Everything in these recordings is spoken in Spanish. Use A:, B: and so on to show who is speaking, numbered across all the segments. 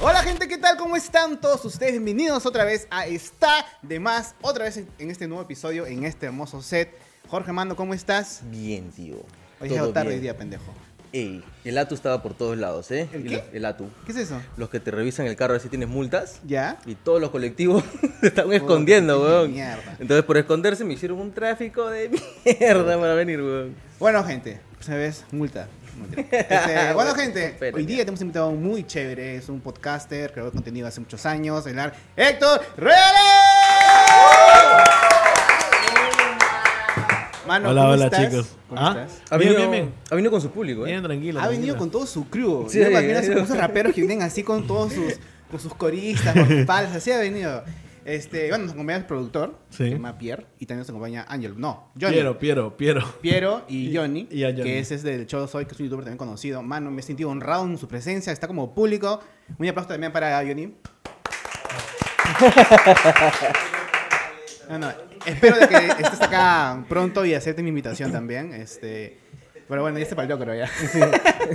A: Hola gente, ¿qué tal? ¿Cómo están todos ustedes? Bienvenidos otra vez a Está de Más, otra vez en, en este nuevo episodio, en este hermoso set. Jorge Mando, ¿cómo estás?
B: Bien, tío.
A: Hoy
B: Todo
A: llegado tarde
B: bien.
A: hoy día, pendejo.
B: Ey, el ATU estaba por todos lados, ¿eh?
A: ¿El
B: Y
A: qué?
B: lo- El ATU.
A: ¿Qué es eso?
B: Los que te revisan el carro a ver si tienes multas.
A: ¿Ya?
B: Y todos los colectivos se están escondiendo,
A: qué
B: weón.
A: mierda.
B: Entonces, por esconderse, me hicieron un tráfico de mierda para venir, weón.
A: Bueno, gente, pues, ¿sabes? Multa. Multa. Este, bueno, gente,
B: Pero
A: hoy
B: ya.
A: día tenemos un invitado muy chévere. Es un podcaster, creador de contenido hace muchos años. El ar- Héctor Reales. Mano,
C: Hola,
A: ¿cómo
C: hola,
A: estás?
C: chicos.
A: ¿Cómo
C: ¿Ah?
A: estás?
B: Ha
C: Bien,
B: venido,
C: bien, bien.
B: Ha venido con su público, ¿eh?
C: Bien, tranquilo.
A: Ha venido con todo su crew.
B: Sí,
A: Yo me imagino
B: ha
A: así
B: venido.
A: como esos raperos que vienen así con todos sus, con sus coristas, con sus palas. Así ha venido. Este, bueno, nos acompaña el productor,
C: Sí.
A: que se llama Pierre, y también nos acompaña Ángel. No, Johnny.
C: Piero, Piero, Piero.
A: Piero y
C: Y-
A: Johnny,
C: y a Johnny.
A: que ese es este del Yo Soy, que es un youtuber también conocido. Mano, me he sentido honrado en su presencia, está como público. Un aplauso también para Johnny. No, no, espero de que estés acá pronto y acepte mi invitación también. Este, pero bueno, ya se palteó, creo ya.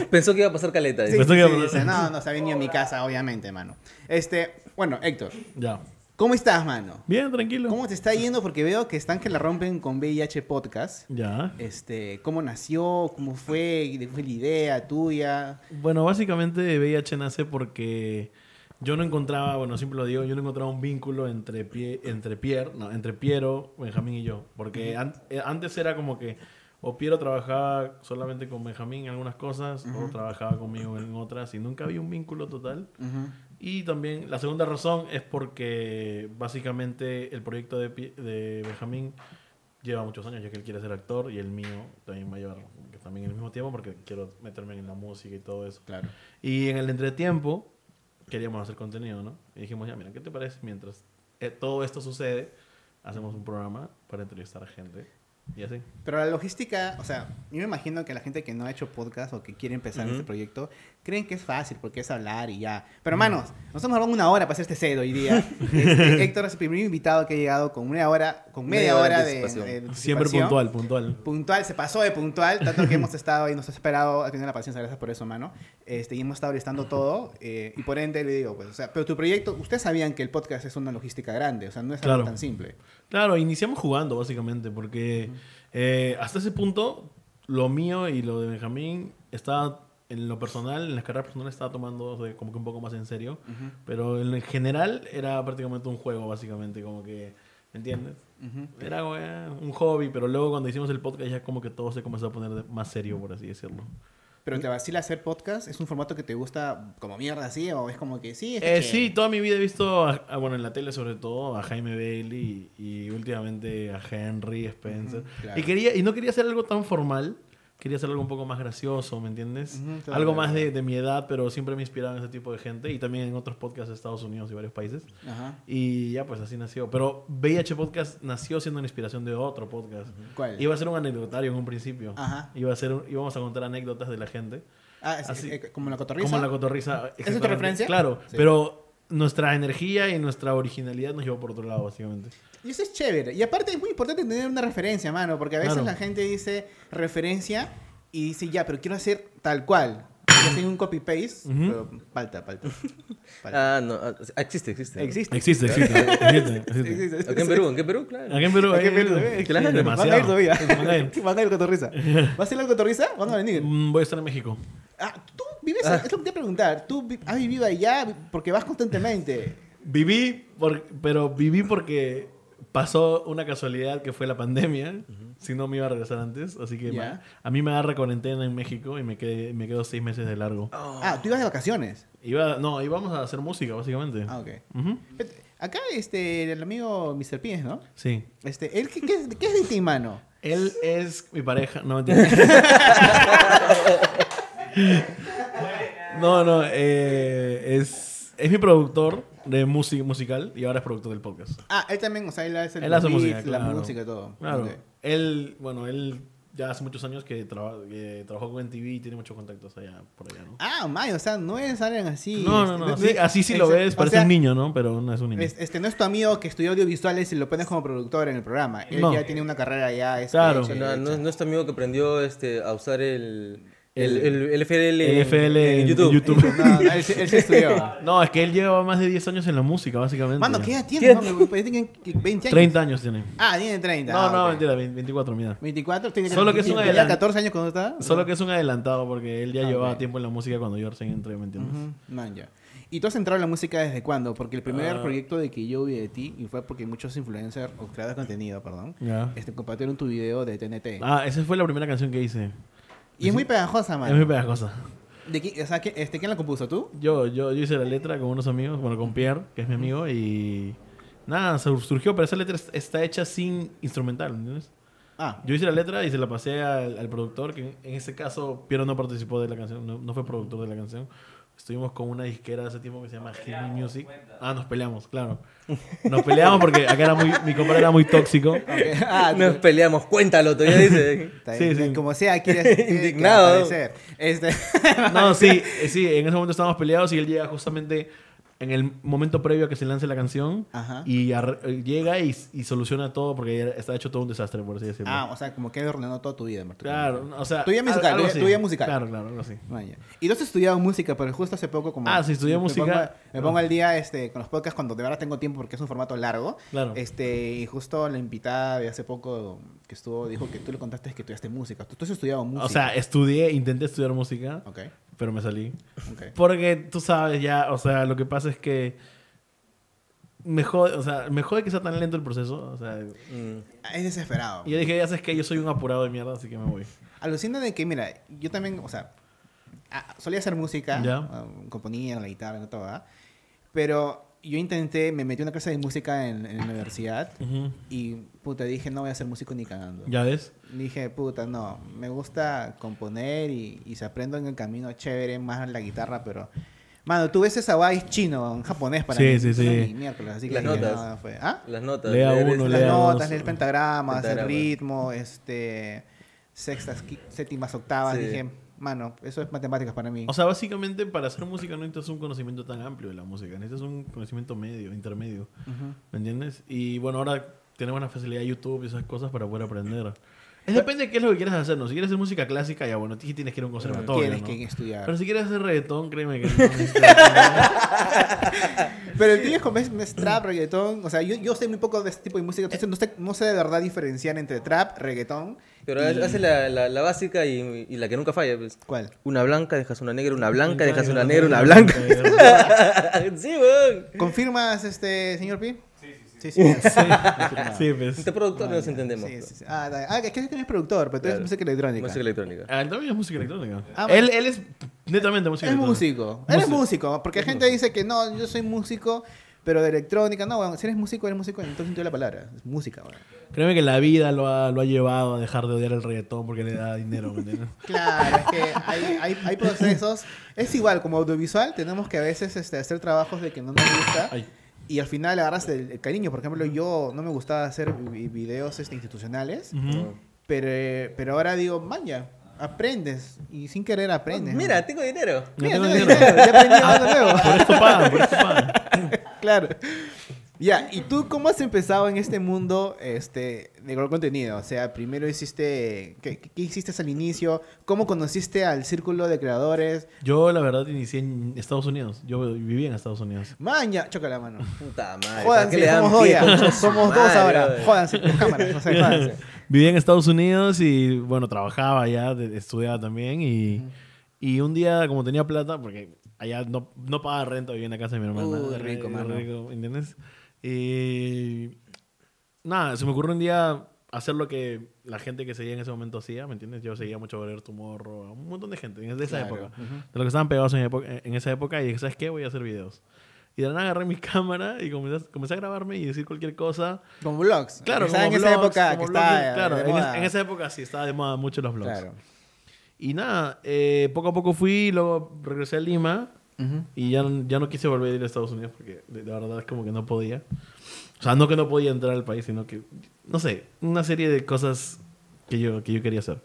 B: Pensó que iba a pasar caleta.
A: Sí,
B: dice.
C: Pensó que
A: sí,
C: iba a
A: sí,
C: pasar.
A: sí. no, no, se ha venido a mi casa, obviamente, mano. Este, bueno, Héctor,
C: Ya.
A: ¿cómo estás, mano?
C: Bien, tranquilo.
A: ¿Cómo te está yendo? Porque veo que están que la rompen con VIH Podcast.
C: Ya.
A: Este, ¿cómo nació? ¿Cómo fue? ¿Y de- fue la idea tuya?
C: Bueno, básicamente VIH nace porque yo no encontraba, bueno, siempre lo digo, yo no encontraba un vínculo entre, pie, entre, Pierre, no, entre Piero, Benjamín y yo. Porque an- eh, antes era como que o Piero trabajaba solamente con Benjamín en algunas cosas, o trabajaba conmigo en otras, y nunca había un vínculo total. Y también la segunda razón es porque básicamente el proyecto de, Pi- de Benjamín lleva muchos años, ya que él quiere ser actor y el mío también va a llevar como que también el mismo tiempo porque quiero meterme en la música y todo eso.
A: Claro.
C: Y en el entretiempo queríamos hacer contenido, ¿no? Y dijimos, ya, mira, ¿qué te parece? Mientras eh, todo esto sucede, hacemos un programa para entrevistar a gente y así.
A: Pero la logística, o sea, yo me imagino que la gente que no ha hecho podcast o que quiere empezar este proyecto, creen que es fácil porque es hablar y ya. Pero, manos, nos hemos hablado una hora para hacer este set hoy día. Este, Héctor es el primer invitado que ha llegado con una hora, con media,
B: Media hora
A: hora de,
B: de anticipación.
A: de anticipación.
C: Siempre puntual, puntual.
A: Puntual, se pasó de puntual, tanto que hemos estado y nos ha esperado a tener la paciencia, gracias por eso, mano. Este, y hemos estado listando todo, eh, y por ende le digo, pues, o sea, pero tu proyecto, ustedes sabían que el podcast es una logística grande, o sea, no es algo
C: Claro.
A: tan simple.
C: Claro, iniciamos jugando básicamente, porque eh, hasta ese punto lo mío y lo de Benjamín estaba en lo personal, en las carreras personales estaba tomando o sea, como que un poco más en serio, pero en general era prácticamente un juego básicamente, como que, ¿me entiendes? Era eh, un hobby, pero luego cuando hicimos el podcast ya como que todo se comenzó a poner de- más serio, por así decirlo.
A: Pero te vacila hacer podcast, ¿es un formato que te gusta como mierda así? ¿O es como que sí? este es
C: Eh,
A: que
C: sí, toda mi vida he visto, a- a- bueno, en la tele sobre todo, a Jaime Bailey y, y últimamente a Henry Spencer.
A: Ujú, claro.
C: y, quería, y no quería hacer algo tan formal, quería hacer algo un poco más gracioso, ¿me entiendes?
A: Ujú, claro,
C: algo
A: claro,
C: más de, de mi edad, pero siempre me inspiraba en ese tipo de gente y también en otros podcasts de Estados Unidos y varios países.
A: Ajá.
C: Y ya, pues así nació. Pero VIH Podcast nació siendo una inspiración de otro podcast.
A: ¿Cuál?
C: Iba a ser un anecdotario en un principio.
A: Ajá.
C: Iba a ser un- íbamos a contar anécdotas de la gente.
A: Ah, es-
C: así-
A: eh, como la cotorriza.
C: Como la cotorriza.
A: es tu referencia?
C: Claro,
A: Sí.
C: pero nuestra energía y nuestra originalidad nos llevó por otro lado, básicamente.
A: Y eso es chévere. Y aparte es muy importante tener una referencia, mano, porque a veces
C: Claro.
A: la gente dice referencia y dice, ya, pero quiero hacer tal cual. Yo hacer un copy-paste,
C: Ujú.
A: pero falta, falta. falta.
B: Ah, no. ah, Existe, existe.
A: Existe.
C: Existe, existe. existe, existe.
A: Existe.
B: Aquí en Perú, aquí en Perú, claro.
C: Aquí en Perú,
A: Hay que
C: eh,
A: ver,
C: eh,
A: eh,
C: claro,
A: van a ir
C: demasiado.
A: todavía.
C: Van a ir.
A: Van a ir cotorriza. ¿Vas a ir a la cotorriza? ¿Van a venir?
C: Mm, Voy a estar en México.
A: Ah, tú vives, es lo que te voy a preguntar. ¿Tú vi- has vivido allá? Porque vas constantemente.
C: Viví, por- pero viví porque pasó una casualidad que fue la pandemia. Si no, me iba a regresar antes. Así que
A: Ya.
C: ma- a mí me agarra cuarentena en México y me, quedé, me quedo seis meses de largo.
A: Ah, tú ibas de vacaciones.
C: Iba, no, íbamos a hacer música, básicamente.
A: Ah, ok.
C: Ujú.
A: Acá, este, el amigo Mr. Pines, ¿no?
C: Sí.
A: Este, él, ¿qué, qué, qué es de ti, mano?
C: Él es mi pareja, no mentira. no, no, eh, es, es mi productor de música musical y ahora es productor del podcast.
A: Ah, él también, o sea, él hace, el
C: Él hace
A: beat,
C: música,
A: la
C: claro.
A: música, todo.
C: Claro.
A: Ok.
C: Él, bueno, él ya hace muchos años que, traba- que trabajó con MTV y tiene muchos contactos allá por allá, ¿no?
A: Ah, mayo, o sea, no es alguien así.
C: No,
A: este,
C: no, no. Así, así sí lo
A: este,
C: ves,
A: o
C: parece
A: sea,
C: un niño, ¿no? Pero no es un niño.
A: es- Este, no es tu amigo que estudió audiovisuales y lo pones como productor en el programa. Él
C: No.
A: ya tiene una carrera ya. este,
C: Claro.
A: hecha,
B: No, no,
A: hecha.
B: no es tu amigo que aprendió este, a usar el, El, el, el FL, en-
C: FL
B: en YouTube.
A: No, no, él, sí- él sí estudió.
C: No, es que él lleva más de 10 años en la música, básicamente.
A: Mano, ¿qué edad tiene?
B: Tiene-
A: No, me parece que tiene 20 años.
C: 30 años tiene.
A: Ah, tiene 30.
C: No,
A: ah,
C: no,
A: ok.
C: mentira, 20 24, mira.
A: 24, tiene
C: Solo que es un
A: tenía
C: adelanto.
A: 14 años cuando estaba.
C: Solo que es un adelantado porque él ya
A: Ah,
C: llevaba
A: ok.
C: tiempo en la música cuando Jorsen entró, ¿me entiendes?
A: Ujú, man, ya. ¿Y tú has entrado en la música desde cuándo? Porque el primer
C: Ah.
A: proyecto de que yo vi de ti, y fue porque muchos influencers o creadores de contenido, perdón,
C: Ya.
A: este, compartieron tu video de TNT.
C: Ah, esa fue la primera canción que hice.
A: y es muy pegajosa,
C: Es muy
A: man.
C: pegajosa.
A: ¿De qui- o sea, que- este, ¿Quién la compuso? ¿Tú?
C: Yo, yo, yo hice la letra con unos amigos, bueno, con Pierre, que es mi amigo, y nada, sur- surgió, pero esa letra es- está hecha sin instrumental, ¿me ¿entiendes?
A: Ah,
C: Yo hice la letra y se la pasé al, al productor, que en, en ese caso Piero no participó de la canción, no, no fue productor de la canción. Estuvimos con una disquera hace tiempo que se llama Hit Me Music. Ah, nos peleamos, claro. Nos peleamos porque acá era muy, mi compadre era muy tóxico.
A: ok. Ah,
B: Nos
A: tú-
B: peleamos, cuéntalo, todavía dice.
A: está
C: Sí,
A: bien.
C: sí.
A: Como sea, quieres quieres que
B: Indignado.
A: aparecer. Este,
C: No, sí, eh, sí, en ese momento estábamos peleados y él llega justamente en el momento previo a que se lance la canción
A: Ajá.
C: y arre- eh, llega y, y soluciona todo porque ya está hecho todo un desastre, por así decirlo.
A: ah, o sea, como que ordenó toda tu vida, en verdad.
C: claro, o sea...
A: Tu vida
C: al-
A: musical,
C: algo
A: tu-
C: así.
A: tu vida musical.
C: Claro, claro, algo así.
A: Ah, ya. Y no has estudiado música, pero justo hace poco como...
C: Ah, sí, estudié
A: me
C: música.
A: pongo- me pongo al día este, con los podcasts cuando de verdad tengo tiempo porque es un formato largo.
C: Claro.
A: Este, y justo la invitada de hace poco que estuvo dijo que tú le contaste que estudiaste música. Tú, tú has estudiado música.
C: O sea, estudié, intenté estudiar música,
A: Ok,
C: pero me salí.
A: ok.
C: Porque tú sabes ya, o sea, lo que pasa es que me jode, o sea, me jode que sea tan lento el proceso. O sea, y
B: Mm.
A: Ah, Es desesperado.
C: yo dije, ya sabes que yo soy un apurado de mierda, así que me voy.
A: Alucina de que, mira, yo también, o sea, ah, solía hacer música,
C: Ya.
A: ah, componía en la guitarra y todo, ¿verdad? Pero yo intenté, me metí a una clase de música en, en la universidad y, puta, dije, no voy a ser músico ni cagando.
C: Ya ves.
A: Dije, puta, no, me gusta componer y, y se aprendo en el camino chévere, más la guitarra, pero... Mano, tú ves esa guay chino, en japonés para
C: Sí,
A: mí.
C: sí,
A: eso no
C: sí.
A: es ni miércoles, así que
B: Las
A: dije,
B: notas.
A: no, no fue. ¿Ah?
B: Las notas.
C: Lea
B: leer
C: uno,
B: es-
A: Las
C: lea dos.
A: notas, el pentagrama, el
B: Pentagrama.
A: ritmo, este, sextas, qui- séptimas, octavas.
B: Sí.
A: Dije, mano, eso es matemáticas para mí.
C: O sea, básicamente para hacer música no necesitas un conocimiento tan amplio de la música, necesitas un conocimiento medio, intermedio,
A: Ujú.
C: ¿me entiendes? Y bueno, ahora tenemos la facilidad de YouTube y esas cosas para poder aprender. Es depende de qué es lo que quieras hacer, ¿no? Si quieres hacer música clásica, ya bueno, ti- tienes que ir a un conservatorio,
A: Tienes
C: ¿no?
A: que estudiar.
C: Pero
A: Pero,
C: si quieres hacer reggaetón, créeme que no este, necesitas-
A: el tío es como es, es trap, reggaetón. O sea, yo, yo sé muy poco de este tipo de música, entonces no sé, no sé de verdad diferenciar entre trap, reggaetón.
B: Pero
A: y-
B: hace la, la, la básica y, y la que nunca falla. pues.
A: ¿Cuál?
B: Una blanca, dejas una negra, una blanca, dejas una
C: Nunca
B: negra, una
C: hay
B: blanca.
C: nunca hay-
B: sí, weón.
A: ¿Confirmas, este, señor Pi? Sí, sí, sí.
C: Sí, pues.
B: Este productor no nos entendemos.
A: Sí, sí, sí. Ah, da- ah, es que tú eres productor, pero tú eres
B: Claro.
A: música electrónica.
B: Música electrónica.
C: Ah, él también es música electrónica.
A: Ah,
C: él, él es netamente música
A: Es
C: electrónica.
A: músico. Eres
C: Músico.
A: músico. Porque la gente dice que no, yo soy músico, pero de electrónica. No, bueno, si eres músico, eres músico en todo sentido de la palabra. Es música, bueno.
C: Créeme que la vida lo ha, lo ha llevado a dejar de odiar el reggaetón porque le da dinero, ¿me entiendes?
A: Claro, es que hay, hay, hay procesos. Es igual, como audiovisual, tenemos que a veces este, hacer trabajos de que no nos gusta.
C: Ay.
A: Y al final agarras el, el cariño. Por ejemplo, yo no me gustaba hacer vi- videos este, institucionales,
C: Ujú.
A: pero, eh, pero ahora digo, maña, aprendes. Y sin querer aprendes.
B: Mira, tengo dinero.
C: No
A: Mira,
C: tengo
A: tengo
C: dinero.
A: dinero, ya aprendí algo nuevo.
C: Por esto pagan, por esto pagan.
A: Claro. Ya, ¿y tú cómo has empezado en este mundo este, de crear contenido? O sea, primero hiciste, ¿qué, qué hiciste al inicio? ¿Cómo conociste al círculo de creadores?
C: Yo, la verdad, inicié en Estados Unidos. Yo vivía en Estados Unidos.
A: Maña, choca la mano.
B: Puta madre. ¿para qué
A: Jódanse,
B: le dan
A: somos dos
B: pie,
A: ya.
B: concha su
A: Somos dos
B: madre,
A: ahora.
B: weón?
A: Jódanse, con cámaras, o sea, jódanse.
C: Vivía en Estados Unidos y, bueno, trabajaba allá, de- estudiaba también. Y, y un día, como tenía plata, porque allá no, no pagaba renta, vivía en la casa de mi hermana.
A: Uy,
C: Era-
A: Uh, rico,
C: era
A: mano.
C: rico, ¿entiendes? Y nada, se me ocurrió un día hacer lo que la gente que seguía en ese momento hacía, ¿me entiendes? Yo seguía mucho a Volver Tomorrow, a un montón de gente de esa
A: Claro,
C: época.
A: ujú.
C: De los que estaban pegados en, epo- en esa época y dije, ¿sabes qué? Voy a hacer videos. Y de la nada agarré mi cámara y comencé, a- comencé a grabarme y decir cualquier cosa.
A: Con vlogs.
C: Claro,
A: que estaba
C: como
A: en esa
C: blogs,
A: época
C: como
A: que
C: blogs,
A: estaba
C: claro,
A: de
C: en, es-
A: moda.
C: en esa época sí estaba de moda mucho los blogs.
A: Claro.
C: Y nada, eh, poco a poco fui, luego regresé a Lima
A: Ujú.
C: y ya, no- ya no quise volver a ir a Estados Unidos porque de, de verdad es como que no podía. O sea, no que no podía entrar al país, sino que, no sé, una serie de cosas que yo, que yo quería hacer.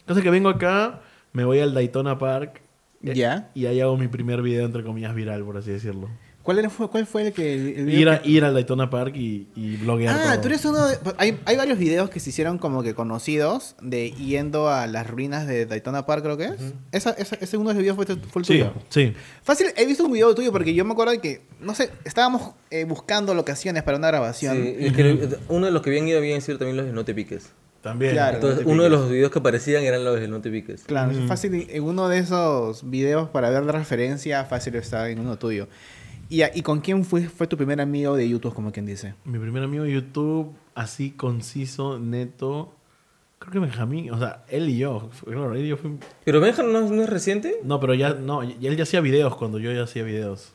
C: Entonces que vengo acá, me voy al Daytona Park eh,
A: Ya.
C: y ahí hago mi primer video, entre comillas, viral, por así decirlo.
A: ¿Cuál, era- fue, ¿Cuál fue el que el, el video
C: Ir, a,
A: que-
C: ir al Daytona Park y, y bloguear
A: Ah,
C: todo.
A: tú eres uno de- hay, hay varios videos que se hicieron como que conocidos de yendo a las ruinas de Daytona Park, creo que es. Esa- esa- ese uno de los videos fue, fue el
C: Sí,
A: tuyo.
C: sí.
A: Fácil, he visto un video tuyo porque yo me acuerdo que, no sé, estábamos eh, buscando locaciones para una grabación.
B: Sí, y que uno de los que habían ido habían sido también los de No Te Piques.
C: También.
A: Claro.
B: Entonces,
A: No Te
B: uno de
A: Piques.
B: los videos que aparecían eran los de No Te Piques.
A: Claro, es fácil en uno de esos videos para ver la referencia, fácil está en uno tuyo. ¿Y, a- y con quién fue, fue tu primer amigo de YouTube, como quien dice?
C: Mi primer amigo de YouTube, así conciso, neto. Creo que Benjamín, o sea, él y yo. fue- Claro, él y yo fui-
B: Pero Benja no, no es reciente.
C: No, pero ya, no, y él ya hacía videos cuando yo ya hacía videos.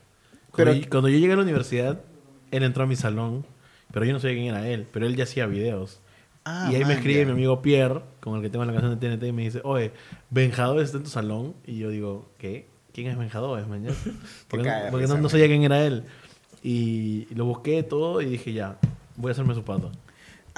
C: Cuando,
A: Pero-
C: yo, cuando yo llegué a la universidad, él entró a mi salón, pero yo no sabía quién era él, pero él ya hacía videos.
A: Ah,
C: y ahí me
A: man,
C: escribe
A: ya.
C: mi amigo Pierre, con el que tengo la canción de TNT, y me dice, oye, Benjador está en tu salón. Y yo digo, ¿qué? ¿Quién es Benjador? mañana? Porque,
A: cae de
C: porque
A: risa,
C: no, no
A: man.
C: sabía quién era él. Y, y lo busqué todo y dije, ya, voy a hacerme su pato.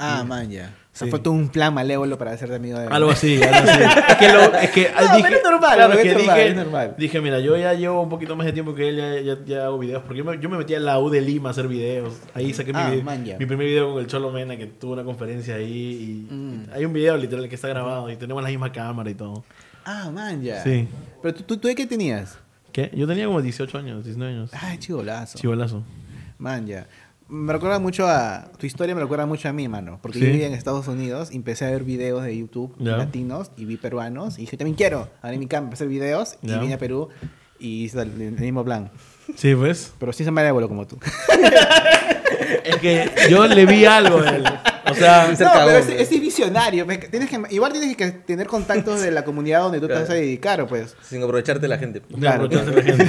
A: Ah, man, ya. O sea,
C: Sí.
A: fue todo un plan malévolo para hacerte amigo de
C: Algo así, algo así. es que, lo, es que
A: No, pero es normal,
C: claro,
A: es
C: que
A: normal,
C: dije,
A: es normal.
C: dije, mira, yo ya llevo un poquito más de tiempo que él, ya, ya, ya hago videos. Porque yo me, yo me metí a la U de Lima a hacer videos. Ahí saqué mi,
A: Ah,
C: video-
A: man, ya.
C: mi primer video con el Cholo Mena, que tuvo una conferencia ahí. Y,
A: Mm.
C: y hay un video literal que está grabado y tenemos la misma cámara y todo.
A: Ah, man, ya.
C: Sí.
A: Pero tú, tú, ¿tú de qué tenías?
C: ¿Qué? Yo tenía como 18 años, 19 años.
A: Ah, chivolazo.
C: Chivolazo.
A: Man, ya. Me recuerda mucho a... Tu historia me recuerda mucho a mí, mano. Porque
C: Sí.
A: yo vivía en Estados Unidos y empecé a ver videos de YouTube
C: Ya.
A: latinos y vi peruanos. Y dije, también quiero. Abrí mi cámara para hacer videos y
C: Ya.
A: vine a Perú y hice el, el mismo plan.
C: Sí, pues.
A: Pero sí se me vuelo como tú.
C: Es que yo le vi algo a él. O sea,
B: Un
A: No,
B: cercador,
A: pero es,
B: güey.
A: es visionario. me- Tienes que, igual tienes que tener contactos de la comunidad donde tú te
B: Claro.
A: vas a dedicar, pues.
B: Sin aprovecharte de la gente.
A: Claro.
C: claro. la gente.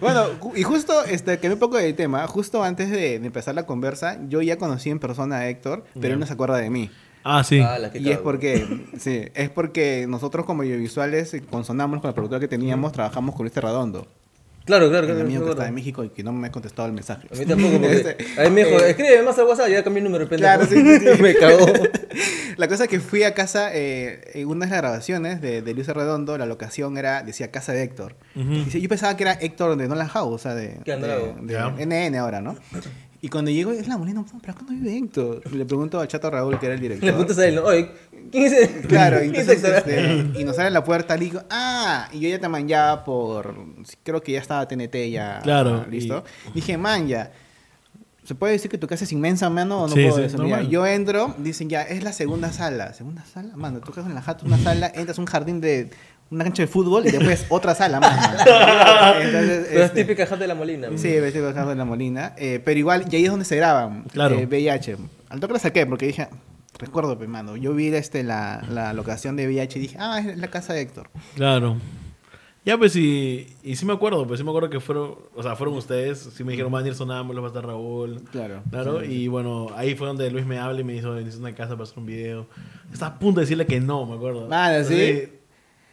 A: Bueno, ju- y justo, este, que un poco de tema, justo antes de, de empezar la conversa, yo ya conocí en persona a Héctor, pero
C: Ya.
A: él no se acuerda de mí.
C: Ah, sí.
B: Ah, la que
A: Y es
B: cago.
A: porque, sí, es porque nosotros como audiovisuales eh, consonamos con la productora que teníamos, trabajamos con Luis Terradondo,
B: Claro, claro,
A: el
B: claro.
A: amigo que
B: claro.
A: está en México y que no me ha contestado el mensaje.
B: A mí tampoco, porque.
A: Este,
B: A mí me dijo,
A: eh,
B: escríbeme más a WhatsApp, ya cambié el número de repente.
A: Claro, sí, sí, sí.
B: me cagó.
A: La cosa es que fui a casa, eh, en una de las grabaciones de, de Luis Redondo, la locación era, decía casa de Héctor.
C: Ujú.
A: Y dice, yo pensaba que era Héctor de Nolan House, o sea, de,
B: Que andaba.
A: de, de
C: Ya.
A: NN ahora, ¿no? Y cuando llego, es la molina, pero ¿cuándo vive Héctor? Y le pregunto al chato Raúl, que era el
B: Le
A: director.
B: preguntas a él, ¿no? Oye, ¿quién es el?
A: Claro, y
B: ¿quién es
A: entonces,
B: el actor?
A: este, y nos sale la puerta y digo, ah, y yo ya te manjaba por, creo que ya estaba TNT ya
C: Claro,
A: listo. Dije, man, ya, ¿se puede decir que tu casa es inmensa, mano? O no
C: Sí,
A: puedo
C: sí,
A: decir, mira,
C: normal.
A: yo entro, dicen ya, es la segunda sala, segunda sala, mano, tú casa en la jata, una sala, entras a un jardín de, una cancha de fútbol y después otra sala, mano. Entonces,
B: Pero es
A: este,
B: típica jata de la Molina.
A: Sí, ves el de la Molina. eh, pero igual, y ahí es donde se graban.
C: Claro.
A: eh, VIH. Al toque la saqué porque dije, recuerdo, pe, mano, yo vi este, la, la locación de VIH y dije, ah, es la casa de Héctor.
C: Claro. Ya, pues, y, y sí me acuerdo, pues sí me acuerdo que fueron, o sea, fueron ustedes, sí me dijeron, van a ir sonámbulos, va a estar Raúl.
A: Claro.
C: Claro, y bueno, ahí fue donde Luis me habla y me hizo, hizo una casa para hacer un video. Estaba a punto de decirle que no, me acuerdo.
A: Vale, ¿sí?
C: Así,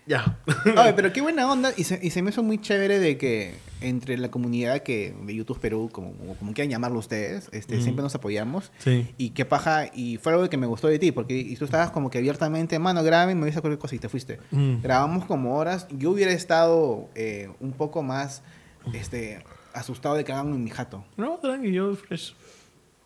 C: Ya.
A: Oye, pero qué buena onda. Y se, y se me hizo muy chévere de que entre la comunidad que de YouTube Perú, como, como, como quieran llamarlo ustedes, este,
C: Mm.
A: siempre nos apoyamos.
C: Sí.
A: Y qué paja, y fue algo que me gustó de ti, porque y tú estabas como que abiertamente, mano, grave, me ves a cualquier cosa y te fuiste.
C: Mm.
A: Grabamos como horas, yo hubiera estado eh, un poco más este, asustado de que hagan en mi jato.
C: No, tranqui, yo fresh.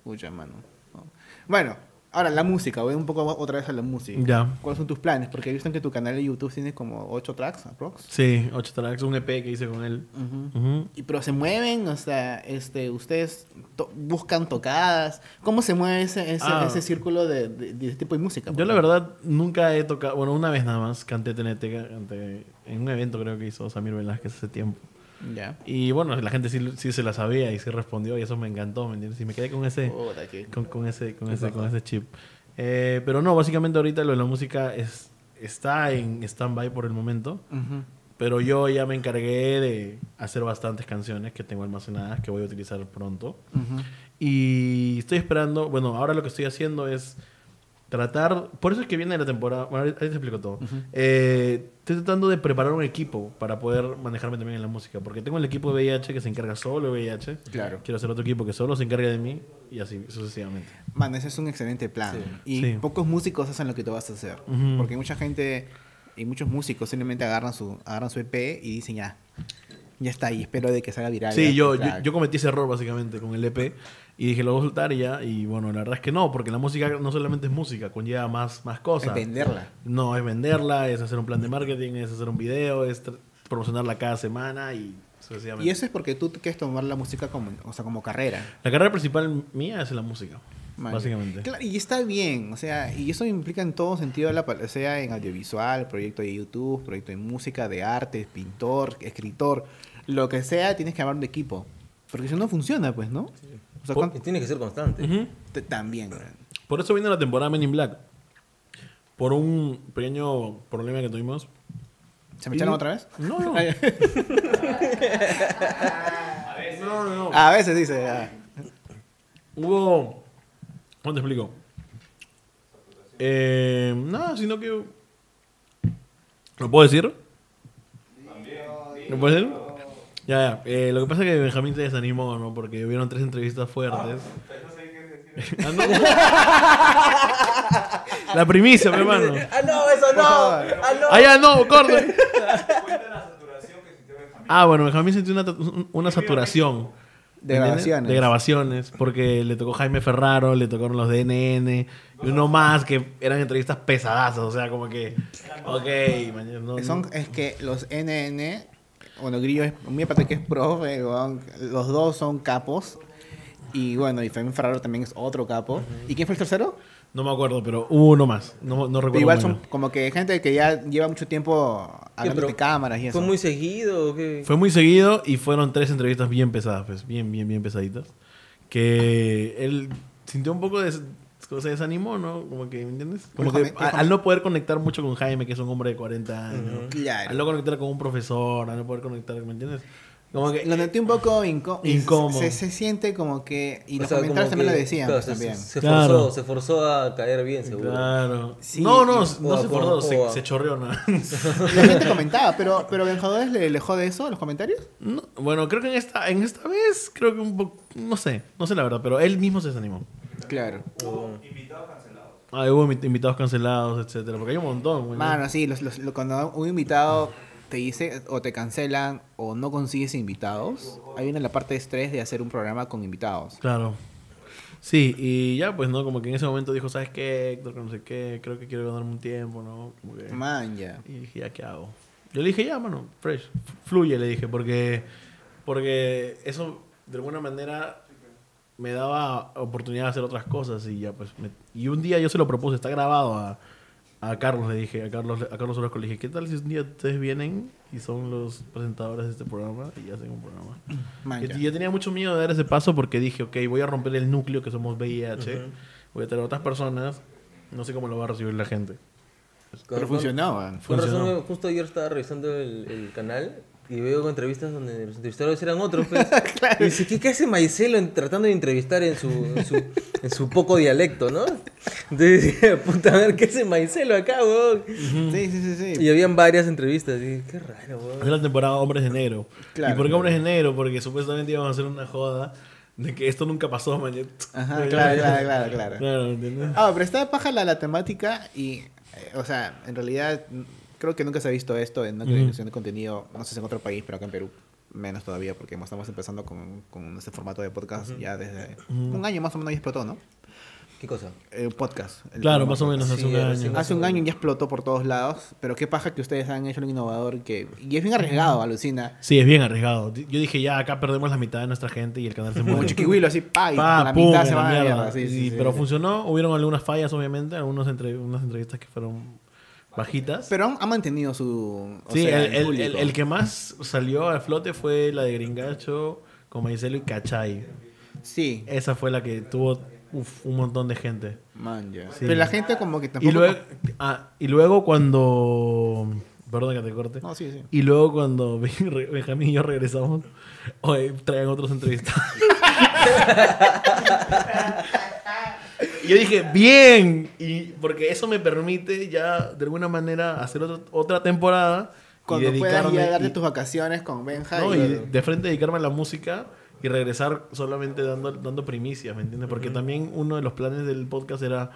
A: Pucha, mano. ¿no? Bueno, ahora la música, voy un poco otra vez a la música.
C: Ya.
A: ¿Cuáles son tus planes? Porque he visto que tu canal de YouTube tiene como 8 tracks, aprox.
C: Sí, ocho tracks, un EP que hice con él.
A: Ujú.
C: Ujú.
A: Y pero se mueven, o sea, este, ustedes to- buscan tocadas. ¿Cómo se mueve ese, ese,
C: Ah.
A: ese círculo de, de, de ese tipo de música?
C: Yo
A: por
C: la
A: ejemplo?
C: verdad nunca he tocado, bueno, una vez nada más canté TNT canté en un evento creo que hizo Samir Velázquez hace tiempo.
A: Ya.
C: Y bueno, la gente sí, sí se la sabía y sí respondió y eso me encantó, ¿me entiendes? Y me quedé con ese,
A: Puta, qué-
C: con, con ese, con ese, con ese chip. Eh, pero no, básicamente ahorita lo de la música es, está en stand-by por el momento.
A: Ujú.
C: Pero yo ya me encargué de hacer bastantes canciones que tengo almacenadas que voy a utilizar pronto.
A: Ujú.
C: Y estoy esperando, bueno, ahora lo que estoy haciendo es tratar, por eso es que viene la temporada, bueno, ahorita ahorita te explico todo. Eh, estoy tratando de preparar un equipo para poder manejarme también en la música, porque tengo el equipo de VIH que se encarga solo de VIH.
A: Claro.
C: Quiero hacer otro equipo que solo se encargue de mí y así sucesivamente.
A: Mano, ese es un excelente plan. Y
C: Sí.
A: pocos músicos hacen lo que tú vas a hacer.
C: Ujú.
A: E Porque mucha gente y muchos músicos simplemente agarran su, agarran su EP y dicen ya. Ya está ahí, espero de que salga viral.
C: Sí,
A: ya,
C: yo, yo,
A: claro.
C: yo cometí ese error básicamente con el EP y dije lo voy a soltar y ya. Y bueno, la verdad es que no, porque la música no solamente es música, conlleva más, más
A: Es
C: cosas.
A: venderla.
C: No, es venderla, es hacer un plan de marketing, es hacer un video, es tr- promocionarla cada semana y sucesivamente.
A: Y eso es porque tú quieres tomar la música como, o sea, como carrera.
C: La carrera principal mía es la música,
A: Man.
C: básicamente.
A: Claro, y está bien, o sea, y eso implica en todo sentido, la, pal- sea en audiovisual, proyecto de YouTube, proyecto de música, de arte, pintor, escritor, lo que sea, tienes que armar un equipo. Porque si no, no funciona, pues, ¿no? O sea,
B: Y
A: ¿cuánto-
B: tiene que ser constante.
C: Ujú.
A: te- también.
C: Por eso vino la temporada Men in Black. Por un pequeño problema que tuvimos.
A: ¿Se me echaron otra vez?
C: No, no. no, no, no.
A: A veces dice. ah.
C: Hubo. ¿Cómo te explico? Eh, nada, sino que. ¿Lo puedo decir? ¿Lo puedo decir? Ya, ya. Eh, lo que pasa es que Benjamín se desanimó, ¿no? Porque hubieron tres entrevistas fuertes. Ah, no. La primicia, mi hermano.
B: Ah, no, eso no.
A: favor.
B: Ah, no.
C: Ah, ya, no, corte. Ah, bueno, Benjamín sintió una, una saturación.
A: De
C: ¿Entiendes?
A: grabaciones.
C: De grabaciones, porque le tocó Jaime Ferraro, le tocaron los DNN, y uno más, que eran entrevistas pesadazas, o sea, como que, ok, mañana no, no.
A: Son, es que los NN, bueno, Grillo es muy aparte que es profe, weón, los dos son capos. Y bueno, y Fermín Ferraro también es otro capo. ¿Y quién fue el tercero?
C: No me acuerdo, pero hubo uno más, no, no recuerdo.
A: Igual
C: cómo
A: son como que gente que ya lleva mucho tiempo hablando
B: pero
A: de cámaras y eso.
B: ¿Fue muy seguido o qué?
C: era. Fue muy seguido y fueron tres entrevistas bien pesadas, pues, bien, bien, bien pesaditas, que él sintió un poco de... Se desanimó, ¿no? Como que, ¿me entiendes? Como
A: Benjamín-
C: que a- al no poder conectar mucho con Jaime, que es un hombre de 40 años, al
A: Claro.
C: no conectar con un profesor, al no poder conectar, ¿me entiendes? Como que
A: Lo noté un poco incó-
C: Incómodo.
A: Se, se siente como que. Y
B: O
A: los
B: sea,
A: comentarios
B: como
A: también lo
B: que,
A: decían.
B: claro,
A: pues,
B: se,
A: también.
B: se
C: Claro.
B: forzó, se forzó a caer bien, seguro.
C: Claro.
A: Sí,
C: no, no,
A: y-
C: no
B: Oa,
C: se
B: por-
C: forzó, se,
B: oa.
C: se chorreó nada.
A: La gente comentaba, pero, pero Benjadores le alejó de eso, los comentarios.
C: No, bueno, creo que en esta, en esta vez, creo que un poco, no sé, no sé la verdad, pero él mismo se desanimó.
A: Claro.
B: Oh.
C: Ah, hubo invi- invitados cancelados, etcétera, porque hay un montón. güey.
A: Mano, sí, los, los- lo- cuando un invitado te dice o te cancelan o no consigues invitados, ahí viene la parte de estrés de hacer un programa con invitados.
C: Claro. Sí, y ya pues, ¿no? Como que en ese momento dijo, ¿sabes qué, Héctor? Que no sé qué, creo que quiero ganarme un tiempo, ¿no? Como que-
A: Man, ya.
C: Y dije, ¿ya qué hago? Yo le dije, ya, mano, fresh, f- fluye, le dije, porque, porque eso de alguna manera me daba oportunidad de hacer otras cosas y ya, pues, me- y un día yo se lo propuse, está grabado a, a Carlos, le dije, a Carlos, a Carlos Orozco, le dije, ¿qué tal si un día ustedes vienen y son los presentadores de este programa y hacen un programa?
A: Man,
C: Y
A: ya.
C: y yo tenía mucho miedo de dar ese paso porque dije, ok, voy a romper el núcleo que somos VIH, voy a tener otras personas, no sé cómo lo va a recibir la gente.
A: Pero funcionaba.
B: Con
C: Funcionó.
B: razón, justo ayer estaba revisando el, el canal y veo entrevistas donde los entrevistadores eran otros. Pues. Y dice, ¿qué, qué hace Maicelo en- tratando de entrevistar en su, en su, en su poco dialecto, no? Entonces dije, puta, a ver, ¿qué hace Maicelo acá, weón?
A: Sí, sí, sí, sí.
B: Y habían varias entrevistas. Y dije, qué raro,
C: Es
B: weón.
C: la temporada Hombres de Negro.
A: Claro.
C: ¿Y por qué Hombres de Negro? Porque supuestamente íbamos a hacer una joda de que esto nunca pasó, mañana.
A: Ajá, claro, claro, claro, claro.
C: Claro, ¿me ¿entiendes?
A: Ah, pero está paja la, la temática y, eh, o sea, en realidad mm, creo que nunca se ha visto esto en una
C: Ujú.
A: creación de contenido, no sé si en otro país, pero acá en Perú menos todavía porque estamos empezando con, con este formato de podcast ya desde un año más o menos ya explotó, ¿no?
B: ¿Qué cosa?
A: El Eh, podcast. el
C: Claro,
A: programa
C: más o
A: podcast.
C: menos hace
B: Sí,
C: un
B: recién.
C: año.
A: Hace un año ya explotó por todos lados, pero qué paja que ustedes han hecho algo innovador que... Y es bien arriesgado, alucina.
C: Sí, es bien arriesgado. Di- Yo dije, ya, acá perdemos la mitad de nuestra gente y el canal se
A: Como
C: muere.
A: un chiquihuilo así, pa, y
C: Pa,
A: la
C: pum,
A: mitad
C: a
A: se
C: la
A: va a la
C: mierda.
A: mierda. Sí, sí,
C: Y-
A: sí.
C: pero funcionó. Hubieron algunas fallas, obviamente. Algunas entre, unas entrevistas que fueron bajitas.
A: Pero han- ha mantenido su... o
C: sí,
A: sea,
C: el, el- el-
A: público.
C: el que más salió al flote fue la de Gringacho, con Maicelo y Cachay.
A: Sí,
C: Esa fue la que tuvo uf, un montón de gente.
A: man, ya.
C: Sí.
A: Pero la gente como que tampoco...
C: Y luego, ah, y luego cuando... Perdón que te corte.
A: No, sí, sí.
C: Y luego cuando Ben- Benjamín y yo regresamos, oye, traen otros entrevistados. Y yo dije, bien, y porque eso me permite ya de alguna manera hacer otro- otra temporada.
A: Cuando
C: y
A: puedas ir a
C: dedicarme-
A: darte
C: y-
A: tus vacaciones con Benja
C: no,
A: y...
C: y de frente dedicarme a la música y regresar solamente dando, dando primicias, ¿me entiendes? Porque también uno de los planes del podcast era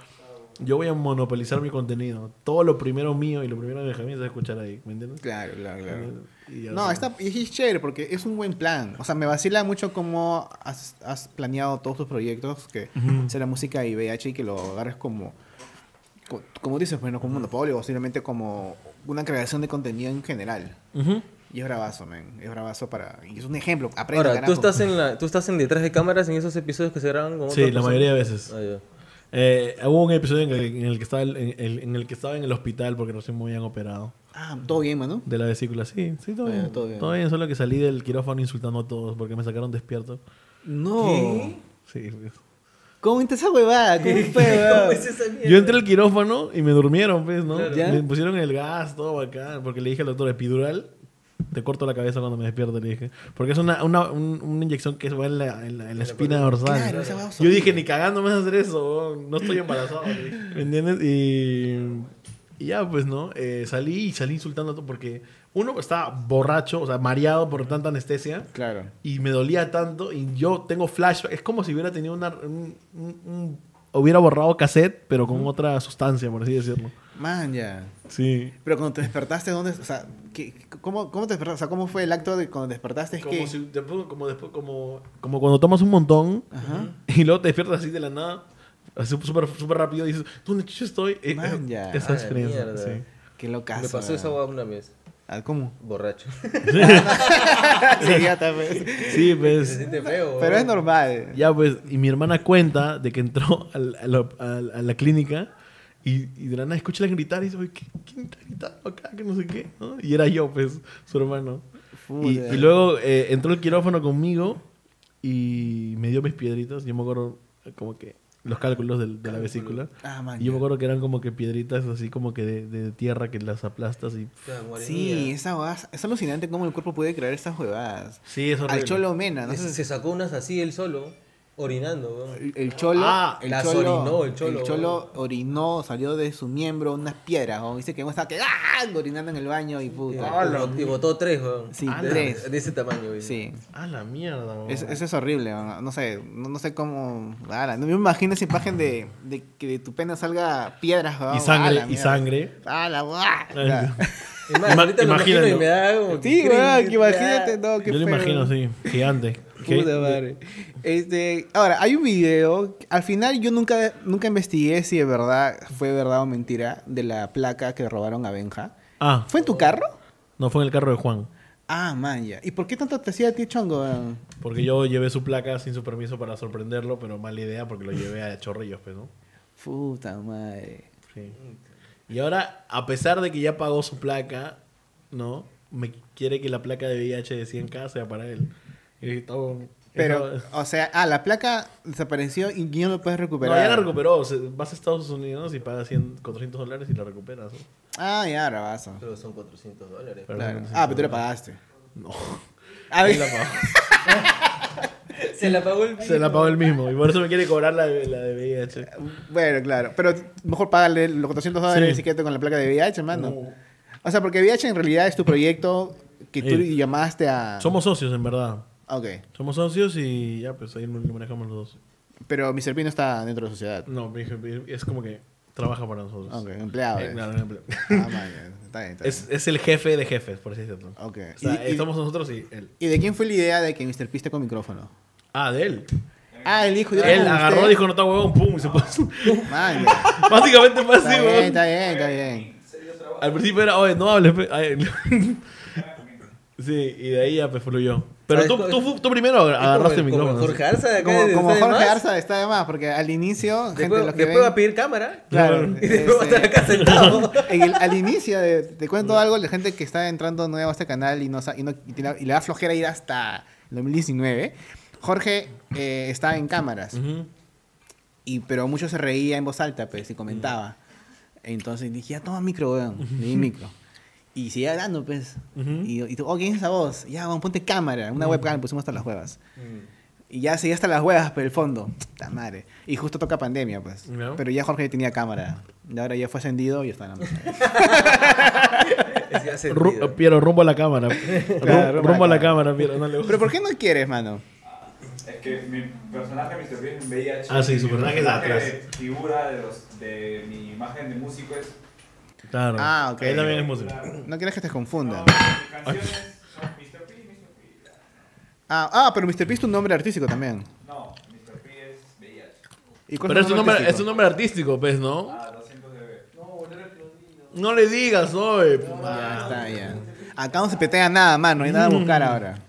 C: yo voy a monopolizar mi contenido. Todo lo primero mío y lo primero de Benjamín se va a escuchar ahí, ¿me entiendes?
A: Claro, claro, claro.
C: Y ya
A: No,
C: está.
A: está, y es chévere porque es un buen plan. O sea, me vacila mucho cómo has, has planeado todos tus proyectos, que sea la música y VH y que lo agarres como, co- como dices, bueno, como un monopolio, o simplemente como una creación de contenido en general.
C: Ujú.
A: Y es bravazo, men. Es bravazo para... Y es un ejemplo. Aprende,
B: Ahora,
A: carajo.
B: ¿tú estás, en la, ¿tú estás en detrás de cámaras en esos episodios que se graban con otras
C: Sí, la
B: personas?
C: mayoría de veces.
B: Ah, ya.
C: Eh, hubo un episodio en el, en el que estaba el- en el, en el que estaba en el hospital porque recién me habían operado
A: Ah, todo bien, mano.
C: de la vesícula. Sí, sí, todo
A: Ah, ya,
C: bien.
A: todo bien.
C: Todo bien, solo que salí del quirófano insultando a todos porque me sacaron despierto.
A: No.
C: Sí. pues.
A: ¿Cómo está esa huevada? ¿Cómo fue,
B: ¿Cómo
A: huevada?
B: es esa mierda?
C: Yo entré al quirófano y me durmieron, pues, ¿no?
B: Claro.
A: ¿Ya?
C: Me pusieron el gas, todo bacán, porque le dije al doctor epidural. Te corto la cabeza cuando me despierto, le dije. Porque es una, una, un- una inyección que va en la, en la, en la espina dorsal.
A: Claro, esa huevada es
C: Yo
A: horrible.
C: dije, ni cagando me vas a hacer eso, weón. no estoy embarazado. le dije. ¿Me entiendes? Y, y ya, pues, ¿no? Eh, salí y salí insultando a todo porque uno estaba borracho, o sea, mareado por tanta anestesia.
A: Claro.
C: Y me dolía tanto y yo tengo flashback. Es como si hubiera tenido una... un- un- un- hubiera borrado cassette, pero con otra sustancia, por así decirlo.
A: Man, ya.
C: Sí.
A: Pero cuando te despertaste, ¿dónde? O sea, ¿qué- cómo, ¿cómo te despertaste? O sea, ¿cómo fue el acto de cuando despertaste? Es
C: Como,
A: que...
C: si- después- como, después- como, como cuando tomas un montón
A: Ajá.
C: y luego te despiertas así de la nada, así súper súper rápido y dices, ¿dónde chucho estoy? Eh,
A: Man,
C: eh,
A: ya.
C: Esa
B: Ah,
C: experiencia.
B: mierda.
C: sí.
A: Qué locazo.
B: Me pasó esa
A: weón.
B: hueá una vez,
A: Ah, ¿Cómo?
B: borracho.
A: Sí, ya está, pues.
C: Sí,
B: Se
C: pues.
B: siente feo.
A: Pero es
B: weón.
A: normal.
C: Ya, pues. Y mi hermana cuenta de que entró al- a la, a la- a la clínica y, y de la nada escucha gritar y dice, "Oye, ¿qué- ¿quién está gritando acá? Que no sé qué. ¿no? Y era yo, pues, su hermano. Y,
A: Puta.
C: y luego eh, entró el quirófano conmigo y me dio mis piedritas. Yo me acuerdo eh, como que los cálculos del- de, la vesícula.
A: Ah, man.
C: Y yo
A: ya.
C: me acuerdo que eran como que piedritas así como que de, de tierra que las aplastas y...
B: Claro, guarimía.
A: Sí, esa huevada. Es alucinante cómo el cuerpo puede crear estas huevadas.
C: Sí, es
A: Al Cholo Mena, Ah, ¿no?
B: Es- Se sacó unas así él solo, orinando. weón.
A: El, el Cholo.
C: Ah,
A: el
B: las
A: cholo,
B: orinó el Cholo,
A: orinó, salió de su miembro unas piedras. ¿no? Dice que estaba que ¡ah! orinando en el baño y puta.
C: Ah, la
B: Y botó tres, weón.
A: Sí,
B: de,
A: tres.
B: De ese tamaño, weón.
A: Sí.
C: Ah, la mierda. weón.
A: Es- eso es horrible, ¿no? no sé, no, no sé cómo. ala, no me imagino esa imagen de, de que de tu pena salga piedras. ¿no?
C: y sangre,
A: Ala,
C: y
A: Ah, mierda.
C: sangre.
A: Ala, guau. Claro.
B: Es más,
C: Ima-
B: ahorita lo imagino y
C: imagínalo.
B: me da como
A: Sí,
B: que
A: weón,
B: cringe,
A: que imagínate, no, Oh, qué
C: Yo lo
A: feo.
C: imagino, sí. Gigante. Que-
A: Puta madre. Este, ahora, hay un video, al final yo nunca, nunca investigué si de verdad fue verdad o mentira de la placa que robaron a Benja.
C: Ah,
A: ¿Fue en
B: Oh.
A: tu carro?
C: no fue en el carro de Juan.
A: Ah, man, ya. ¿Y por qué tanto te hacía a ti chongo? weón?
C: Porque yo llevé su placa sin su permiso para sorprenderlo, pero mala idea porque lo llevé a Chorrillos, pues, ¿no?
A: Puta madre.
C: Sí. Y ahora, a pesar de que ya pagó su placa, ¿no? Me quiere que la placa de VIH de 100K sea para él. Y "Oh, todo-
A: Pero,
C: eso-
A: o sea, ah, la placa desapareció y no lo puedes
C: No,
A: recuperar.
C: ya la recuperó. Se- Vas a Estados Unidos y pagas 100, 400 dólares y la recuperas. ¿no?
A: Ah, ya, bravazo.
B: Pero son 400 dólares.
C: Pero-
A: Claro.
C: no sé
A: Ah,
C: si-
A: pero tú le pagaste.
C: No.
A: A
C: Él
A: ver,
C: la pagó.
B: Se la pagó el
C: Se la pagó él mismo. Y por eso me quiere cobrar la, de- la de VIH.
A: bueno, claro. Pero mejor pagarle los 400 dólares
C: Sí.
A: y quédate con la placa de VIH, mano. O sea, porque VH en realidad es tu proyecto que tú
C: Sí.
A: llamaste a...
C: Somos socios, en verdad.
A: Ok.
C: Somos socios y ya, pues ahí lo lo manejamos los dos.
A: Pero mi serpino está dentro de la sociedad.
C: No, mi hijo, es como que trabaja para nosotros.
A: Ok, empleado.
C: Eh,
A: es.
C: claro, un empleo.
A: Ah, man, ya. está bien, está bien.
C: es, es el jefe de jefes, por así decirlo.
A: Ok.
C: O sea,
A: ¿Y- y-
C: estamos nosotros y él.
A: ¿Y de quién fue la idea de que Mr. P esté con micrófono?
C: Ah, de él.
A: Ah, el hijo.
C: Él agarró, dijo, no está huevón, pum, y se puso.
A: Man, ya.
C: Básicamente fue así,
A: Ah. está bien, está
C: huevón.
A: bien, está bien.
C: Al principio era, oye, no hables. pe- ay". sí, y de ahí ya pues, fluyó. Pero
B: ¿Sabes
C: tú,
B: cuál-
C: tú, fu- tú primero agarraste el micrófono.
B: Jorge Arza de acá.
A: Como,
B: de-
A: como
B: está de
A: Jorge
B: más.
A: Arza está de más, porque al inicio, gente,
B: Después,
A: los que
B: después va
A: ven-
B: a pedir cámara.
A: Claro,
C: Claro.
B: Y después va a
A: este-
B: estar acá sentado.
A: En el- al inicio, de- te cuento algo, la gente que está entrando nueva a este canal y, no, sa- y, no- y tiene- y le da flojera ir hasta el 2019, Jorge eh, está en cámaras,
C: Ujú.
A: y, pero mucho se reía en voz alta, pues, y comentaba. Entonces dije, ya toma micro, weón, le di micro. Y sigue hablando, pues.
C: Ujú.
A: Y, y tú, oh, ¿quién es esa voz? Ya, weón, ponte cámara, una webcam, pusimos hasta las huevas.
B: Mm.
A: Y ya seguía hasta las huevas, pero el fondo. ¡Ta madre! Y justo toca pandemia, pues.
C: Ya.
A: Pero ya Jorge tenía cámara. Y ahora ya fue ascendido y está en la mierda.
B: Es que hace
C: Ru-
B: sentido.
C: Piero, rumbo a la cámara. Ru-
A: Claro, rumbo a
C: rumbo a
A: la
C: la cámara, Piero. No le gusta.
A: Pero ¿por qué no quieres, mano?
D: Es que mi personaje, Mr. Bean, en VIH.
C: Ah, sí, su
D: mi
C: personaje está
D: de figura de, los, de mi imagen de músico es.
C: Claro.
A: Ah, ok.
C: Ahí también es música.
D: Claro.
A: No quieres que te confundan.
D: No, mis canciones son Mr. P, Mr. P.
A: Ah, ah, pero Mr. P es tu nombre artístico también.
D: No, Mr. P es VIH.
A: ¿Y cuál
C: Pero es un, nombre, es
A: artístico?
C: un nombre artístico, pues, ¿no?
D: Ah, 200 dB.
C: No le digas hoy.
A: Ya está, ya. Acá no se petea nada más, no hay nada a buscar
C: Mm.
A: ahora.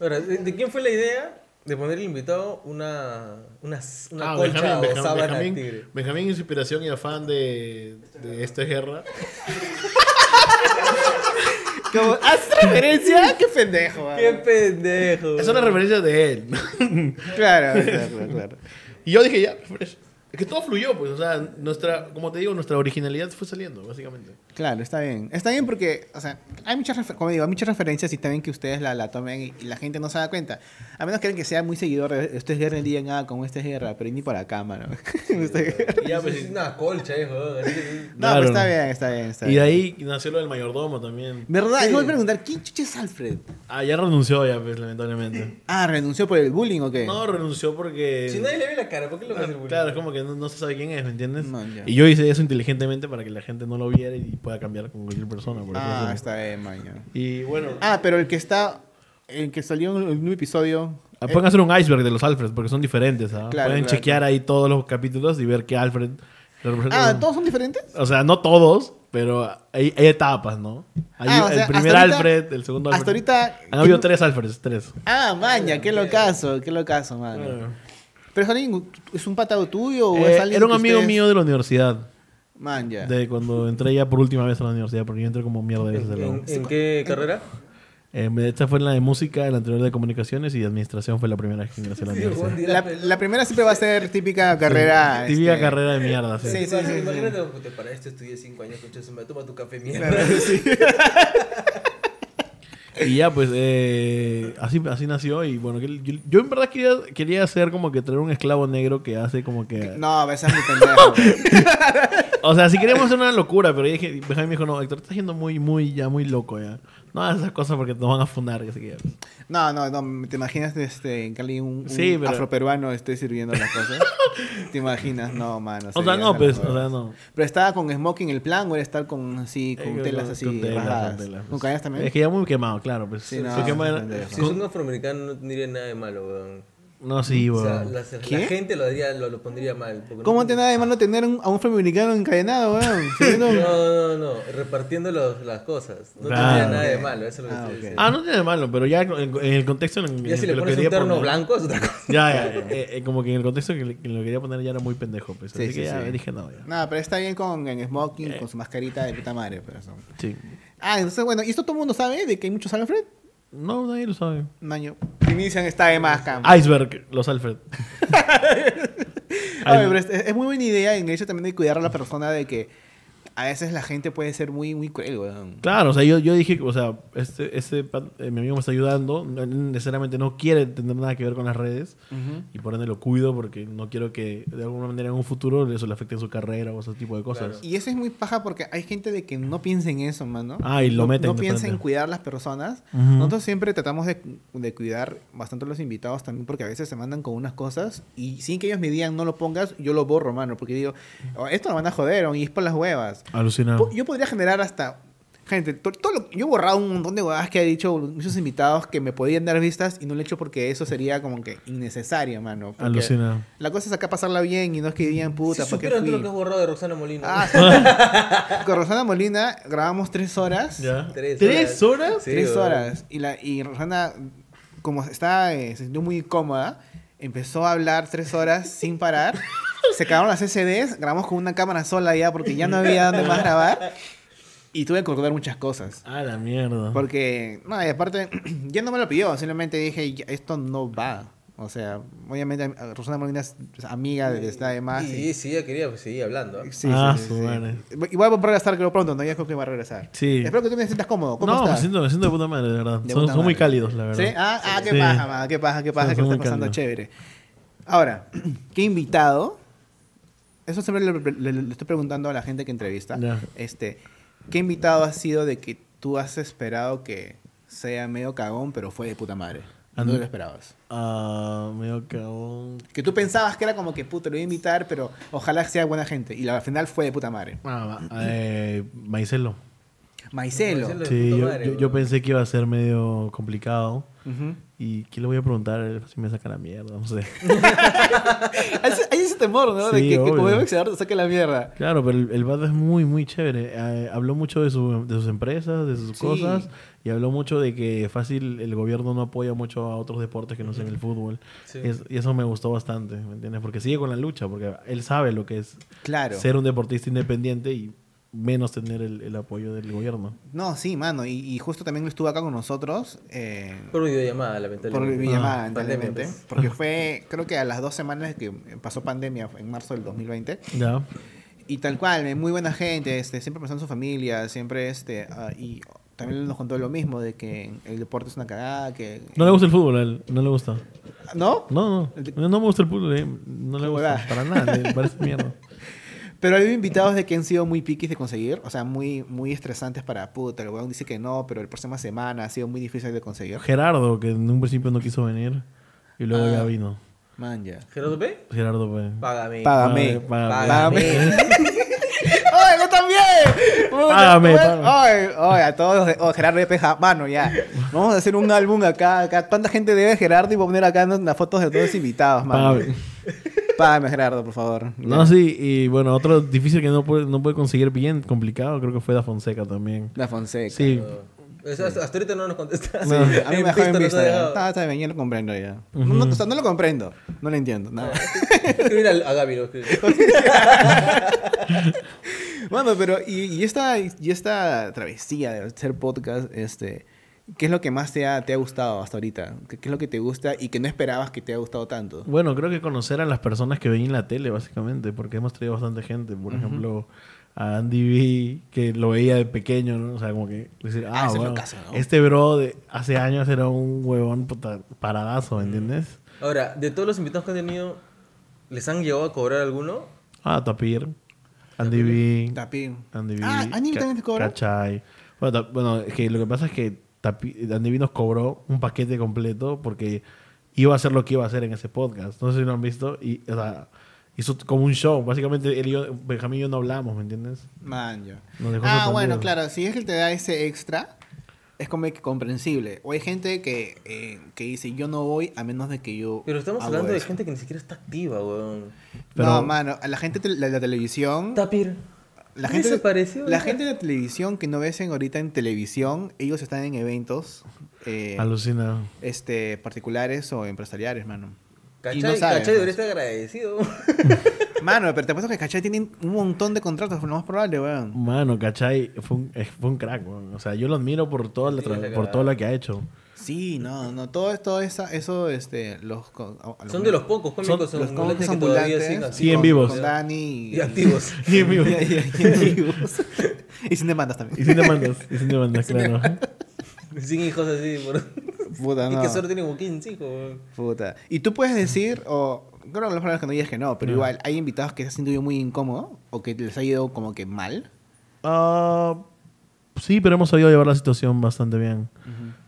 B: Ahora, ¿de, de quién fue la idea de poner al invitado una, una, una
C: Ah,
B: colcha
C: Benjamín,
B: o
C: Benjamín,
B: sábana
C: Benjamín,
B: de tigre?
C: Benjamín es su inspiración y afán de, de esta guerra.
A: Como, ¿Haz referencia? ¡Qué pendejo! ah.
B: ¡Qué pendejo!
C: Es una referencia de él.
A: Claro, claro, claro.
C: y yo dije, ya, fresh. Es que todo fluyó, pues, o sea, nuestra, como te digo, nuestra originalidad fue saliendo, básicamente.
A: Claro, está bien. Está bien porque, o sea, hay muchas, refer- como digo, hay muchas referencias y también que ustedes la, la tomen y, y la gente no se da cuenta. A menos que alguien que sea muy seguidor de esto es guerra y digan, ah, como esto es guerra, pero ni por acá, mano. Esto es guerra.
B: Ya, pues es una colcha, eh, joder. Así que-
A: no, pero
C: Claro.
A: está bien, está bien, está
C: Y de
A: bien.
C: ahí nació lo del mayordomo también.
A: ¿Verdad?
B: Sí.
A: Yo voy a preguntar, ¿quién chucha es Alfred?
C: Ah, ya renunció ya, pues, lamentablemente.
A: Ah, ¿renunció por el bullying o qué?
C: No, renunció porque...
B: Si nadie le ve la cara, ¿por qué
A: Ah,
B: lo va a hacer bullying?
C: Claro, es como que no, no se sabe quién es, ¿me entiendes?
A: Man, ya.
C: Y yo hice eso inteligentemente para que la gente no lo viera y pueda cambiar con cualquier persona. Por
A: Ah,
C: ejemplo.
A: está bien, mañana.
C: Y bueno,
A: Ah, pero el que está, el que salió en un episodio...
C: ah, pueden hacer un iceberg de los Alfred porque son diferentes. ¿ah?
A: Eh, Claro,
C: pueden
A: claro,
C: chequear ahí todos los capítulos y ver qué Alfred representa.
A: Ah, ¿todos son diferentes?
C: O sea, no todos, pero hay, hay etapas, ¿no? Hay
A: Ah, o sea,
C: el primer
A: hasta ahorita-
C: Alfred, el segundo Alfred.
A: Hasta ahorita...
C: Han habido tres Alfreds, tres.
A: Ah, maña, qué locazo, qué locazo, mano.
C: Claro.
A: ¿Pero es alguien, es un patado tuyo o
C: Eh,
A: es alguien
C: era un
A: Oh, que
C: amigo
A: ustedes-
C: mío de la universidad.
A: Man, ya.
C: De cuando entré ya por última vez a la universidad, porque yo entré como mierda de veces. a
B: ¿En,
C: la U.
B: en- en qué carrera?
C: Eh, esta fue la de música, la anterior de comunicaciones y de administración fue la primera que ingresé a la universidad.
A: La, la primera siempre va a ser típica carrera.
C: Típica
A: este,
C: carrera de mierda, sí.
A: Sí, sí, sí, sí.
B: Imagínate, puta, para esto estudié 5 años, concha, se me toma tu café mierda.
A: claro, sí.
C: Y ya, pues, eh, así, así nació. Y bueno, que- yo, yo en verdad quería, quería hacer como que traer un esclavo negro que hace como que...
A: No, esa es mi pendejo.
C: O sea, si queríamos hacer una locura, pero yo dije, Benjamín me dijo, no, Héctor, estás yendo muy, muy, ya, muy loco, ya. No hagas esas cosas porque nos van a fundar, que se quede.
A: No, no, no. ¿Te imaginas este, en Cali un, un
C: Sí, pero-
A: afroperuano esté sirviendo las cosas? ¿Te imaginas? No, mano.
C: O sea,
A: sería
C: no,
A: una
C: pues, o
A: locura.
C: sea, no.
A: Pero estaba con smoking el plan o era estar con así,
C: Eh,
A: con telas así,
C: con telas,
A: rasgadas.
C: con telas, pues.
A: ¿Con cadenas también?
C: Es que ya muy quemado, claro, pues.
A: Sí, no,
C: Fue quemado-
A: pendejo.
B: Si es un afroamericano no tendría nada de malo, weón.
C: No, sí,
B: O sea,
C: weón.
B: la, la
A: ¿Qué?
B: gente lo, haría, lo, lo pondría mal. porque no-
A: ¿Cómo te nada de malo tener un- a un afroamericano encadenado, weón? Sirviendo-
B: No, no, no, repartiendo los- las cosas. No
C: Claro.
B: tendría nada de malo, eso es lo que
A: Ah,
B: estoy
A: ok.
B: diciendo.
C: Ah, no tiene de malo, pero ya en, en el contexto en,
B: Ya
C: en
B: si le
C: lo
B: pones un
C: quería
B: terno
C: poner-
B: blanco es otra cosa.
C: Ya, ya, eh, eh, como que en el contexto que, le- que lo quería poner ya era muy pendejo, pues.
A: Sí,
C: así
A: sí,
C: que ya
A: sí.
C: dije, no, ya. Eh.
A: No, pero está bien con en smoking, con su mascarita de puta madre, pero eso.
C: Sí.
A: Ah, entonces bueno, ¿y esto todo el mundo sabe de que hay muchos Alfred?
C: No, nadie lo sabe.
A: Maño. Inician esta de más campo.
C: Iceberg, los Alfred.
A: Oye, pero es, es muy buena idea en el hecho también de cuidar a la persona de que a veces la gente puede ser muy, muy cruel, weón.
C: Claro, o sea, yo, yo dije, o sea, este, este pat- eh, mi amigo me está ayudando, no- necesariamente no quiere tener nada que ver con las redes y por ende lo cuido porque no quiero que de alguna manera en un futuro eso le afecte en su carrera o ese tipo de cosas.
A: Y eso es muy paja porque hay gente de que no piensa en eso, mano.
C: Ah, y lo
A: no,
C: meten
A: No
C: de
A: piensa
C: frente.
A: en cuidar las personas.
C: Ujú.
A: Nosotros siempre tratamos de, de cuidar bastante a los invitados también porque a veces se mandan con unas cosas y sin que ellos me digan no lo pongas, yo lo borro, mano. Porque digo, "Oh, esto lo van a joder oh, y es por las huevas.
C: Alucinado.
A: Po- Yo podría generar hasta. Gente, to- todo lo- yo he borrado un montón de huevadas que ha dicho muchos invitados que me podían dar vistas y no lo he hecho porque eso sería como que innecesario, mano.
C: Ah,
A: porque
C: Alucinado.
A: La cosa es acá pasarla bien y no es que digan puta,
B: si
A: ¿para qué
B: supieran todo
A: fui?
B: lo que has borrado de Roxana Molina.
A: Ah, sí. Con Rosana Molina grabamos tres horas.
C: ¿Ya?
B: Tres
C: horas?
B: Sí,
A: tres
B: weón.
A: horas. Y, la, y Rosana, como estaba, eh, se sintió muy cómoda, empezó a hablar tres horas sin parar. Se acabaron las SDs, grabamos con una cámara sola ya porque ya no había dónde más grabar. Y tuve que cortar muchas cosas.
C: Ah, la mierda.
A: Porque, no, y aparte, ya no me lo pidió, simplemente dije, "Ya, esto no va. O sea, obviamente a- a Rosana Molina es es amiga de esta de más.
B: y,
A: y-
B: y si ella quería, pues seguía hablando. ¿ah?
A: Sí, sí,
C: Ah,
A: sí,
C: su
A: sí.
C: madre.
A: Igual va a regresar creo pronto, ¿no? Ya creo que va a regresar.
C: Sí.
A: Espero que tú me sientas cómodo. ¿Cómo
C: No, me
A: estás?
C: siento, me siento de puta madre, de verdad.
A: De
C: son
A: puta
C: son muy
A: madre.
C: cálidos, la verdad.
A: ¿Sí? Ah, ah, qué
C: Sí.
A: paja, ma, qué paja, qué paja
C: Son-
A: que lo
C: son
A: está
C: muy
A: pasando
C: cálidos.
A: chévere. Ahora, ¿qué invitado? Eso siempre le, le- le estoy preguntando a la gente que entrevista.
C: Ya.
A: Este, ¿qué invitado ha sido de que tú has esperado que sea medio cagón, pero fue de puta madre? No lo esperabas.
C: Ah, medio cagón.
A: Que tú pensabas que era como que, puto, lo voy a invitar, pero ojalá sea buena gente. Y la- al final fue de puta madre.
C: Ah, va- eh, Maicelo.
A: Maicelo.
B: Maicelo. Lo de
C: Sí,
B: puta
C: yo,
B: madre,
C: yo- yo
B: weón.
C: pensé que iba a ser medio complicado.
A: Ujú.
C: ¿Y qué le voy a preguntar Eh, si me saca la mierda? No sé.
A: Hay ese- Hay ese temor, ¿no? de
C: Sí,
A: que, que como
C: obvio.
A: boxeador te saque la mierda.
C: Claro, pero el, el vato es muy, muy chévere. Eh, habló mucho de, su- de sus empresas, de sus
A: Sí.
C: cosas. Y habló mucho de que fácil el gobierno no apoya mucho a otros deportes que no sean el fútbol.
B: Sí.
C: Es- y eso me gustó bastante, ¿me entiendes? Porque sigue con la lucha, porque él sabe lo que es
A: Claro.
C: ser un deportista independiente y menos tener el, el apoyo del gobierno.
A: No, sí, mano. Y, y justo también estuvo acá con nosotros. eh,
B: Por videollamada,
A: por
B: lamentablemente.
A: videollamada,
B: Ah,
A: lamentablemente.
B: pandemia, pues.
A: Porque fue, creo que a las dos semanas que pasó pandemia, en marzo del 2020.
C: Ya.
A: Y tal cual, eh, muy buena gente, este, siempre pensando en su familia, siempre este. ah, y también nos contó lo mismo, de que el deporte es una cagada, que.
C: No le gusta el fútbol a él, no le gusta.
A: ¿No?
C: No, no, no, no me gusta el fútbol, eh, no le
A: Qué
C: gusta
A: huevada.
C: para nada, le parece mierda.
A: Pero ha habido invitados de que han sido muy piquis de conseguir, o sea, muy, muy estresantes para puta. El weón dice que no, pero la próxima semana ha sido muy difícil de conseguir.
C: Gerardo, que en un principio no quiso venir y luego
A: Ah.
C: ya vino.
A: Man, ya.
B: pues. ¿Gerardo P?
C: Gerardo, pues.
B: Págame.
A: Eh, Págame.
C: Págame.
A: ¡Ay, yo también! Puta,
C: Págame,
A: weón.
C: págame.
A: Ay, ay, a todos los de. Oh, Gerardo de Peja, mano, ya. Vamos a hacer un álbum acá, acá. ¿Cuánta gente debe Gerardo y voy a poner acá en las fotos de todos los invitados, mano?
C: Págame.
A: Págame, Gerardo, por favor.
C: No, sí, y bueno, otro difícil que no puede, no puede conseguir bien, complicado, creo que fue Da Fonseca también.
A: La Fonseca.
C: Sí,
B: Es- Hasta hasta ahorita no nos contesta.
A: Sí, a mí me dejó en
B: visto,
A: vista.
B: nos
A: ya. Ah.
B: ha dejado.
A: No, está bien, yo lo comprendo ya. No, no, o sea, no lo comprendo. No lo entiendo, nada.
B: Escribir al- a Gaby, lo escribí.
A: Bueno, pero y, y esta, y esta travesía de hacer podcast, este, ¿qué es lo que más te ha, te ha gustado hasta ahorita? ¿Qué, qué es lo que te gusta y que no esperabas que te haya gustado tanto?
C: Bueno, creo que conocer a las personas que ven en la tele, básicamente, porque hemos traído bastante gente. Por ejemplo, a Andy B, que lo veía de pequeño, ¿no? O sea, como que decir,
A: Ah,
C: ah,
A: ese es
C: bueno,
A: locazo, ¿no?
C: este bro de hace años era un huevón puta, paradazo, ¿me ¿entiendes?
B: Ahora, de todos los invitados que han tenido, ¿les han llegado a cobrar alguno?
C: Ah, Tapir, Andy B,
A: Tapín.
C: Andy B,
A: Ah, Andy B
C: Mm. Ca-
A: también te cobró.
C: Cachai. Bueno, ta- bueno, es que lo que pasa es que Tapi- Andy B nos cobró un paquete completo porque iba a hacer lo que iba a hacer en ese podcast. No sé si lo han visto. Y, o sea, hizo como un show. Básicamente, él y yo, Benjamín y yo no hablamos, ¿me entiendes?
A: Man, yo.
C: Nos dejó
A: Ah,
C: sorprendidos.
A: bueno, claro, si es que te da ese extra, es como que comprensible. O hay gente que, eh, que dice, yo no voy a menos de que yo.
B: Pero estamos
A: hago
B: hablando de
A: eso".
B: gente que ni siquiera está activa, weón.
A: No,
C: Pero-
A: mano, a la gente de la, la televisión.
B: Tapir.
A: La
B: ¿Qué
A: gente,
B: se pareció?
A: la gente de televisión que no ves en ahorita en televisión, ellos están en eventos eh,
C: Alucina.
A: este, particulares o empresariales, mano.
B: ¿Cachai?
A: Y no saben,
B: ¿Cachai?
A: pues.
B: Debería estar agradecido.
A: Mano, pero te apuesto que Cachai tienen un montón de contratos, lo más probable, weón.
C: Mano, ¿cachai? Fue un, eh, fue un crack, weón. O sea, yo lo admiro por todo, la
B: Sí,
C: tra-
B: la
C: por
B: cagada.
C: todo lo que ha hecho.
A: Sí, no, no, todo esto, esa, eso, este, los... con- a- a
B: Son de los pocos cómicos
A: los
B: ambulantes
A: cómicos
B: que todavía siguen
A: ambulantes,
C: siguen
A: con-
B: activos.
C: vivos.
A: Con Dani y,
B: Y activos.
C: Sí, amigo.
A: y- y- y activos. Y sin demandas también.
C: Y sin demandas, y sin demandas, claro.
B: Sin hijos así. Por...
A: Puta,
B: Y
A: no.
B: que solo tienen como 15 hijos, weón.
A: Puta. Y tú puedes decir, o creo que lo más que no digas que no, pero
C: Ya.
A: igual hay invitados que se han sentido muy incómodo o que les ha ido como que mal.
C: Ah, sí, pero hemos sabido llevar la situación bastante bien.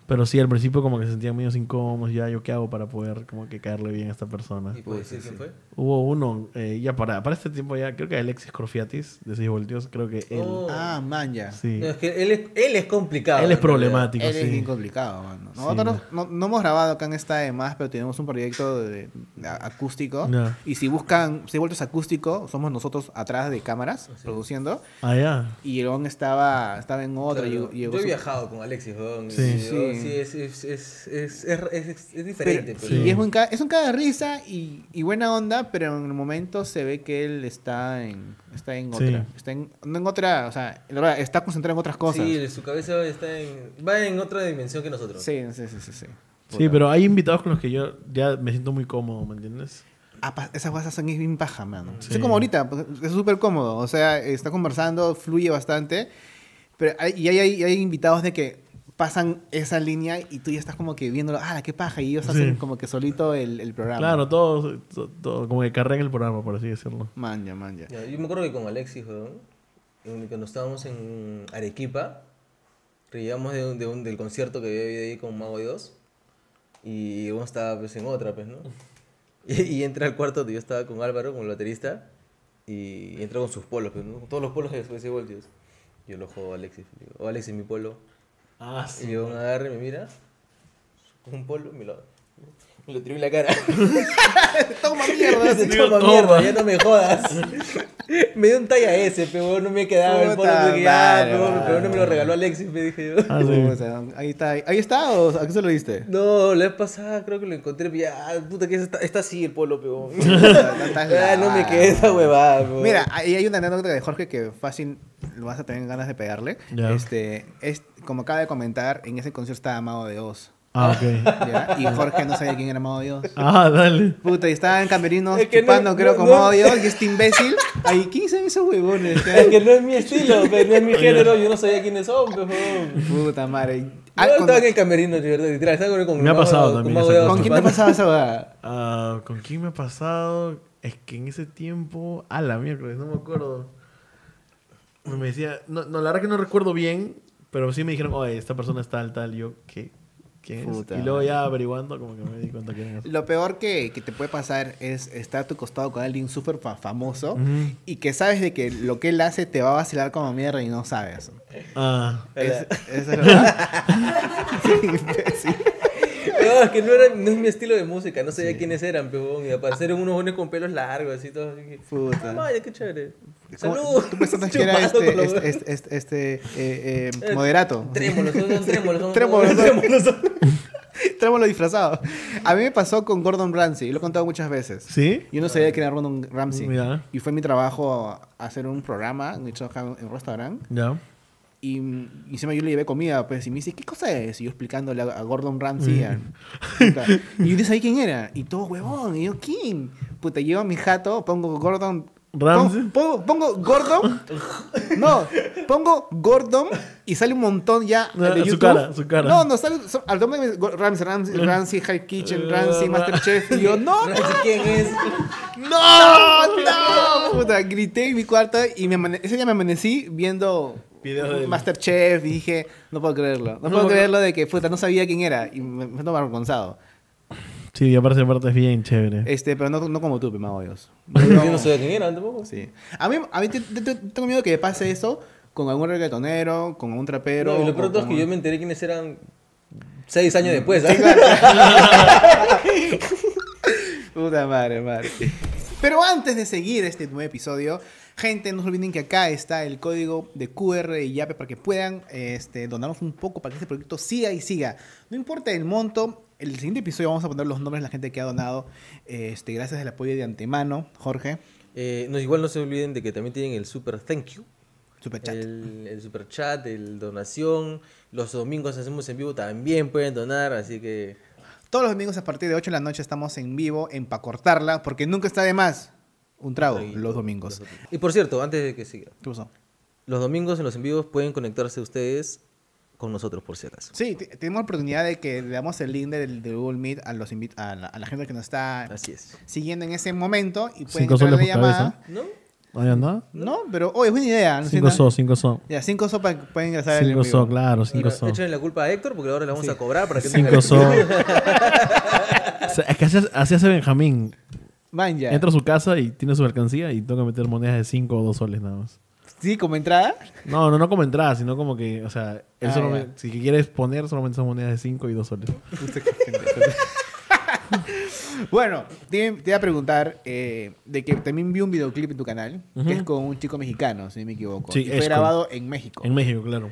C: Pero sí, al principio como que se sentían medio incómodos, ya, ¿yo qué hago para poder como que caerle bien a esta persona?
B: ¿Y pues, puedes decir quién fue?
C: Hubo uno, eh, ya para, para este tiempo ya, creo que Alexis Corfiatis, de 6 voltios, creo que él,
B: Oh.
A: Ah, man, ya.
C: sí.
B: No, es que él es, él es complicado.
C: él es
B: en realidad.
C: problemático,
A: Él es bien
C: sí.
A: complicado, mano.
C: Sí,
A: Nosotros no, no hemos grabado acá en esta de más, pero tenemos un proyecto de, de a- acústico.
C: Ya.
A: Y si buscan, si vueltos acústico, somos nosotros atrás de cámaras produciendo.
C: Ah, ya.
A: Y León estaba, estaba en otra.
B: Claro,
A: y- y llegó
B: yo he
A: su-
B: viajado con Alexis, weón.
C: Sí.
A: Sí.
B: Sí, sí. es, es, es, es, es, es- es
A: Pero-
B: diferente.
C: sí.
B: pero-
A: Y es un, ca- es un cara de risa y, y buena onda, pero en el momento se ve que él está en, está en
C: Sí.
A: otra. Está en, no en otra, o sea, la verdad, está concentrado en otras cosas. Sí,
B: Sí, su cabeza está en, va en otra dimensión que nosotros.
A: sí, sí, sí. sí,
C: Sí, pero hay invitados con los que yo ya me siento muy cómodo, ¿me entiendes?
A: Ah, pa- esas cosas son bien paja, mano. Es
C: Sí.
A: como ahorita, pues, es súper cómodo. O sea, está conversando, fluye bastante. Pero hay- y hay, hay, hay invitados de que pasan esa línea y tú ya estás como que viéndolo, ah, qué paja. Y ellos
C: Sí.
A: hacen como que solito el, el programa.
C: Claro, todo, todo, todo- como que cargan el programa, por así decirlo.
A: Manja, manja.
B: Ya, yo me acuerdo que con Alexis, weón, en- cuando estábamos en Arequipa, llegamos de, un- de un- del concierto que había habido ahí con Mago Dios. Y uno estaba pues en otra, pues, ¿no? Y, y entra al cuarto donde yo estaba con Álvaro, con el baterista, y entra con sus polos, pues, ¿no? Con Todos los polos de ese voltios. Yo lo juego a Alexis, le digo, oh, Alexis, mi polo.
C: Ah,
B: Y
C: sí.
B: yo me agarra y me mira, con un polo, y me lo, me lo tiro en la cara.
A: Toma mierda.
B: Dice,
C: Digo,
B: toma
C: toma.
B: mierda, ya no me jodas. me dio un talla S, pero no me quedaba el polo.
A: Puta
B: dije, ah,
A: madre,
B: pero,
A: madre.
B: pero no me lo regaló Alexis, me dije yo.
C: Ah, sí.
A: Puta, Ahí está. ¿Ahí está o a qué se lo diste?
B: No, la vez pasada creo que lo encontré. Ya, ah, puta, que está, está así el polo, peón.
A: Ah,
B: ah, no me quedé esa huevada, peón.
A: Mira, ahí hay una anécdota de Jorge que fácil lo vas a tener ganas de pegarle.
C: Ya.
A: Este, es, como acaba de comentar, en ese concierto estaba Amado de Oz.
C: Ah, ok.
A: ¿ya? Y Jorge no sabía quién era Amado de Oz.
C: Ah, dale.
A: Puta, y estaba en camerinos
B: Es que no-
A: chupando, creo,
B: no-
A: con
B: no-
A: Amado de Oz. Y este imbécil, ahí, ¿quién son esos huevones?
B: Es que no es mi estilo, pe, no es mi género, yo no sabía quiénes son, peón.
A: Puta madre. Ah,
B: Ah,
A: con,
B: estaba en el camerino, de verdad, literal, estaba con- con
C: Me ha
B: Mago-
C: pasado
B: con
C: también
B: Mago
C: esa
B: de
C: cosa.
B: Oz
A: ¿con quién te
B: chupando.
A: pasaba esa huevada?
C: Ah, ¿Con quién me ha pasado? Es que en ese tiempo. A la miércoles, no me acuerdo. Me decía. No, no, la verdad que no recuerdo bien. Pero sí me dijeron, oye, esta persona es tal, tal. Y yo, ¿qué? ¿Quién es?
A: Puta
C: Y luego ya averiguando, como que me di cuenta quién es.
A: Lo peor que, que te puede pasar es estar a tu costado con alguien súper fa- famoso
C: Ujú.
A: y que sabes de que lo que él hace te va a vacilar como mierda y no sabes.
C: Ah.
A: Es, eso es lo que-
B: No, es que no, era, no es mi estilo de música, no sabía quiénes eran, peón. Y aparecieron unos jóvenes con pelos largos, así todos. Así.
A: Puta.
B: Ah, vaya, qué chévere.
A: ¿Cómo-
B: Saludos.
A: ¿Tú pensabas que era
B: Chupando con
A: este,
B: los
A: este,
B: huevos.
A: este, este, este, eh, eh,
B: Eh,
A: moderato?
B: Trémolos, son son trémolos. son-
A: Trémolos,
B: son-
A: son-
B: trémolos, son-
A: Trámoslo disfrazado. A mí me pasó con Gordon Ramsay, lo he contado muchas veces.
C: ¿Sí?
A: Yo no sabía que era Gordon Ramsay.
C: Mira.
A: Y fue mi trabajo hacer un programa, de hecho, acá en un restaurante.
C: Ya.
A: Y, y encima yo le llevé comida, pues, y me dice, ¿qué cosa es? Y yo explicándole a, a Gordon Ramsay. a-
C: Mm.
A: puta. y yo no sabía quién era. Y todo, huevón. Y yo, ¿quién? Puta, llevo a mi jato, pongo Gordon...
C: Ramsay.
A: pon- Pongo, pongo Gordon. No, pongo Gordon y sale un montón ya
C: Ah,
A: de
C: su
A: YouTube.
C: cara, su cara.
A: No, no, sale so- al nombre de Ramsay, Ramsay, Ramsay, High Kitchen,
C: Ah,
A: Ramsay, Masterchef. Y yo, no, no,
B: Así, ¿Quién es?
A: no, no. Puta, grité en mi cuarto y me amane- ese día me amanecí viendo
C: Videos de él.
A: Masterchef y dije, no puedo creerlo. No, puedo
C: no.
A: creerlo de que, puta, no sabía quién era y me me siento avergonzado.
C: Sí, aparte, aparte es bien chévere.
A: Este, pero no, no como tú, Pima Hoyos.
B: Yo no sabía quién era tampoco.
A: Sí. A mí, a mí te- te- te- tengo miedo que pase eso con algún reggaetonero, con un trapero.
B: No, y lo
A: o
B: pronto es
A: con-
B: que yo me enteré quiénes eran seis
A: Mm.
B: años después. ¿ah?
A: Puta madre, madre. Pero antes de seguir este nuevo episodio, gente, no se olviden que acá está el código de QR y YAPE para que puedan este, donarnos un poco para que este proyecto siga y siga. No importa el monto, el siguiente episodio vamos a poner los nombres de la gente que ha donado. Este, gracias al apoyo de antemano, Jorge.
B: Eh, no, igual no se olviden de que también tienen el super thank you.
A: Super chat.
B: El, el super chat, el donación. Los domingos hacemos en vivo, también pueden donar, así que...
A: Todos los domingos a partir de 8 de la noche estamos en vivo en Pa' Cortarla, porque nunca está de más un trago los domingos.
B: Y por cierto, antes de que siga,
A: ¿Qué pasó?
B: los domingos en los en vivos pueden conectarse ustedes con nosotros, por si acaso.
A: Sí, te- tenemos la oportunidad de que le damos el link del, del Google Meet a, los invi- a, la, a la gente que nos está
B: Así es.
A: siguiendo en ese momento y pueden
C: Cinco
A: entrar a la
C: soles por cabeza.
A: llamada.
B: ¿No?
C: ¿Ahí anda?
A: No, pero hoy es buena idea. ¿no?
C: Cinco
A: Cina?
C: so, cinco so.
A: Ya, cinco so para que pueden ingresar al en
C: Cinco
A: vivo.
C: so, claro, cinco
B: Ahora,
C: so.
B: échenle la culpa a Héctor porque ahora le vamos
A: Sí.
B: a cobrar para que
C: Cinco
B: tenga-
C: so. O sea, es que así, así hace Benjamín.
A: Man, ya.
C: Entra a su casa y tiene su mercancía y toca meter monedas de 5 o 2 soles nada más.
A: Sí, como entrada.
C: No, no, no como entrada, sino como que, o sea, él
A: Ah,
C: solo
A: ya.
C: si quieres poner, solamente son monedas de 5 y 2 soles.
A: Bueno, te, te iba a preguntar eh, de que también vi un videoclip en tu canal
C: Ujú.
A: que es con un chico mexicano, si no me equivoco.
C: Sí,
A: y fue
C: es con-
A: grabado en México.
C: En México, claro.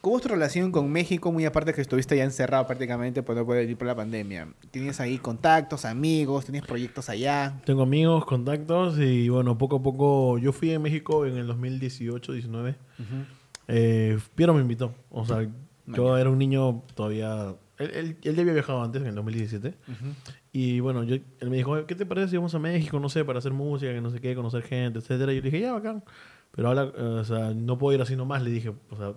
A: ¿Cómo es tu relación con México? Muy aparte que estuviste ya encerrado prácticamente por no poder ir por la pandemia. ¿Tienes ahí contactos, amigos? ¿Tienes proyectos allá?
C: Tengo amigos, contactos y bueno, poco a poco. Yo fui a México en el 2018, 19. Eh, Piero me invitó. O sea, yo era un niño todavía. Él, él- él ya había viajado antes, en el 2017. Y bueno, yo, él me dijo, "Oye, ¿qué te parece si vamos a México, no sé, para hacer música, que no sé qué, conocer gente, etcétera? Y yo le dije, ya, bacán. Pero ahora, eh, o sea, no puedo ir así nomás, le dije, o sea.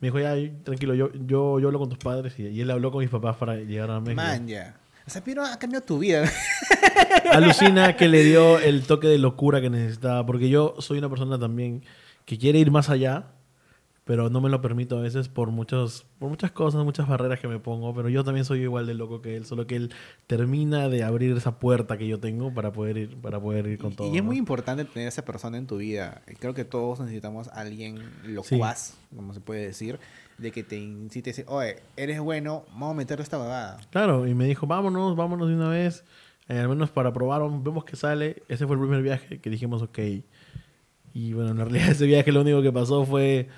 C: Me dijo, ya, tranquilo, yo, yo, yo hablo con tus padres y, y él habló con mis papás para llegar a México.
A: Man, ya. O sea, pero ha cambiado tu vida.
C: Alucina que le dio el toque de locura que necesitaba, porque yo soy una persona también que quiere ir más allá, pero no me lo permito a veces por muchos por muchas cosas, muchas barreras que me pongo, pero yo también soy igual de loco que él, solo que él termina de abrir esa puerta que yo tengo para poder ir para poder ir con
A: Y-
C: todo.
A: y es
C: ¿no?
A: muy importante tener a esa persona en tu vida. Creo que todos necesitamos a alguien locuaz, como se puede decir, de que te incite a decir, oye, eres bueno, vamos a meterle esta babada.
C: Claro, y me dijo, vámonos, vámonos de una vez, eh, al menos para probar, vamos- vemos que sale. Ese fue el primer viaje que dijimos, ok. Y bueno, en realidad ese viaje lo único que pasó fue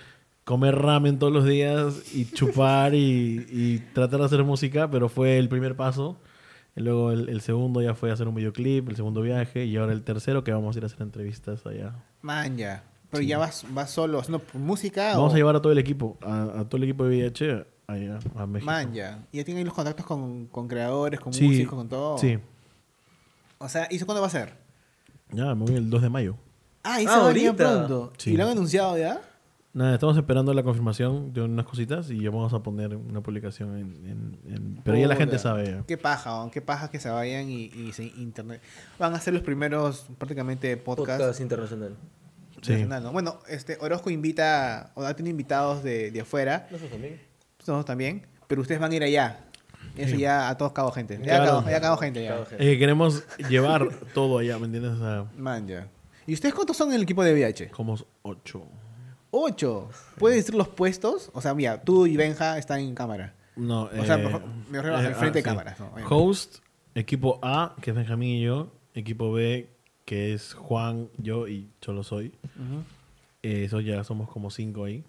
C: comer ramen todos los días y chupar y, y tratar de hacer música, pero fue el primer paso. Y luego el, el segundo ya fue hacer un videoclip, el segundo viaje, y ahora el tercero que vamos a ir a hacer entrevistas allá.
A: Man, ya. Pero ya vas, vas solo haciendo p- música
C: Vamos
A: o...
C: a llevar a todo el equipo, a, a todo el equipo de VIH allá, a México.
A: Man, ya. Y ya tienen ahí los contactos con, con creadores, con
C: Sí,
A: músicos, con todo.
C: Sí,
A: O sea, ¿y eso cuándo va a ser?
C: ya, me voy el 2 de mayo.
A: Ah, y
B: Ah,
A: se va a venir
B: ahorita.
A: pronto.
C: Sí.
A: ¿Y lo han anunciado ya?
C: Nada, estamos esperando la confirmación de unas cositas y ya vamos a poner una publicación en... en- en- Pero ya Oh, la gente
A: Puta.
C: sabe. ya.
A: Qué paja, ¿no? qué paja que se vayan y, y se internet. Van a ser los primeros prácticamente podcasts
B: Podcast internacional.
C: Sí.
A: nacional, ¿no? Bueno, este Orozco invita, o ha tenido invitados de, de afuera,
B: Nosotros también.
A: nosotros también, pero ustedes van a ir allá. Eso
C: Sí.
A: ya a todos cabo gente. Ya
C: Claro.
A: acabó- ya acabó gente ya.
B: Cada
C: Es
B: gente.
C: que Eh, queremos llevar todo allá, ¿me entiendes? O sea,
A: Man, ya. ¿Y ustedes cuántos son en el equipo de VH?
C: como ocho.
A: Ocho. ¿Pueden decir los puestos? O sea, mira, tú y Benja están en cámara.
C: No, eh, ah,
A: O sea, por fa- me refiero al frente de cámaras, ¿no? Obviamente.
C: Host, equipo A, que es Benjamín y yo. Equipo B, que es Juan, yo y Cholo Soy. Eh, eso ya somos como cinco ahí.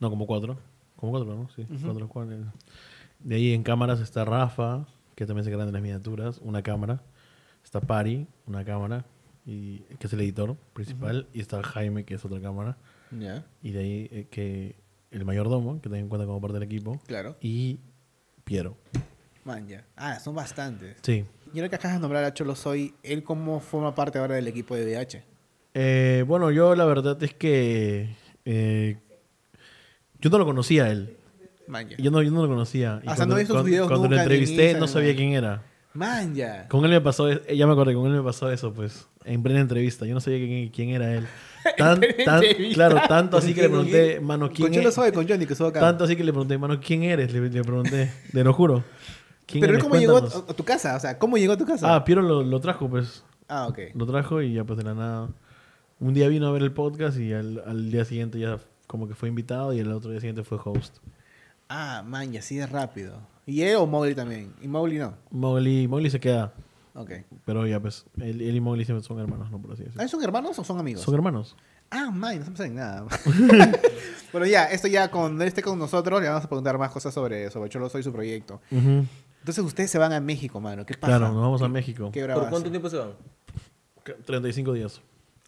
C: No, como cuatro. Como cuatro, ¿no? Sí, cuatro, Juan, eh. De ahí en cámaras está Rafa, que también se crean de las miniaturas, una cámara. Está Pari, una cámara, y, que es el editor principal. Y está Jaime, que es otra cámara.
A: Ya.
C: Y de ahí eh, que el mayordomo, que también cuenta como parte del equipo.
A: Claro.
C: Y Piero.
A: Man, ya. Ah, son bastantes.
C: Sí.
A: Y ahora que acabas de nombrar a Cholo Soy, ¿él cómo forma parte ahora del equipo de VH?
C: Eh, bueno, yo la verdad es que eh, yo no lo conocía a él.
A: Man, ya. Ah,
C: Yo no, yo no lo conocía. Y
A: O sea, no he visto sus
C: cuando,
A: videos
C: cuando lo
A: nunca, ni en
C: entrevisté no
A: Instagram,
C: sabía
A: nada.
C: quién era.
A: Man, ya.
C: Con él me pasó, es- eh, ya me acordé, con él me pasó eso, pues, en plena entrevista. Yo no sabía quién, quién era él. Tan,
A: plena
C: tan-
A: entrevista.
C: claro, tanto así que le
B: ¿Con quién?
C: pregunté, mano, ¿quién
A: Con Cholo
C: e-
A: Soy, con Johnny, que estuvo acá.
C: Tanto así que le pregunté, mano, ¿quién eres? Le, le pregunté, te lo juro. ¿Quién
A: Pero él
C: eres?
A: cómo llegó
C: Cuéntanos.
A: a, a tu casa, o sea, ¿cómo llegó a tu casa?
C: Ah, Piero lo, lo trajo, pues.
A: Ah, ok.
C: Lo trajo y ya, pues, de la nada. Un día vino a ver el podcast y al, al día siguiente ya como que fue invitado y el otro día siguiente fue host.
A: Ah, man, y así de rápido. ¿Y él o Mowgli también? Y Mowgli no.
C: Mowgli, Mowgli se queda,
A: Ok.
C: pero ya, pues, él, él y Mowgli siempre son hermanos, ¿no? Por así decirlo.
A: ¿Ah, ¿Son hermanos o son amigos?
C: Son hermanos.
A: Ah, man, no saben nada. Bueno, ya, esto ya cuando él esté con nosotros le vamos a preguntar más cosas sobre, sobre Cholo Soy y su proyecto.
C: Ujú.
A: Entonces ustedes se van a México, mano. ¿Qué pasa?
C: Claro, nos vamos a México.
A: ¿Qué
B: ¿Por
A: bravazo.
B: cuánto tiempo se van?
C: 35 días.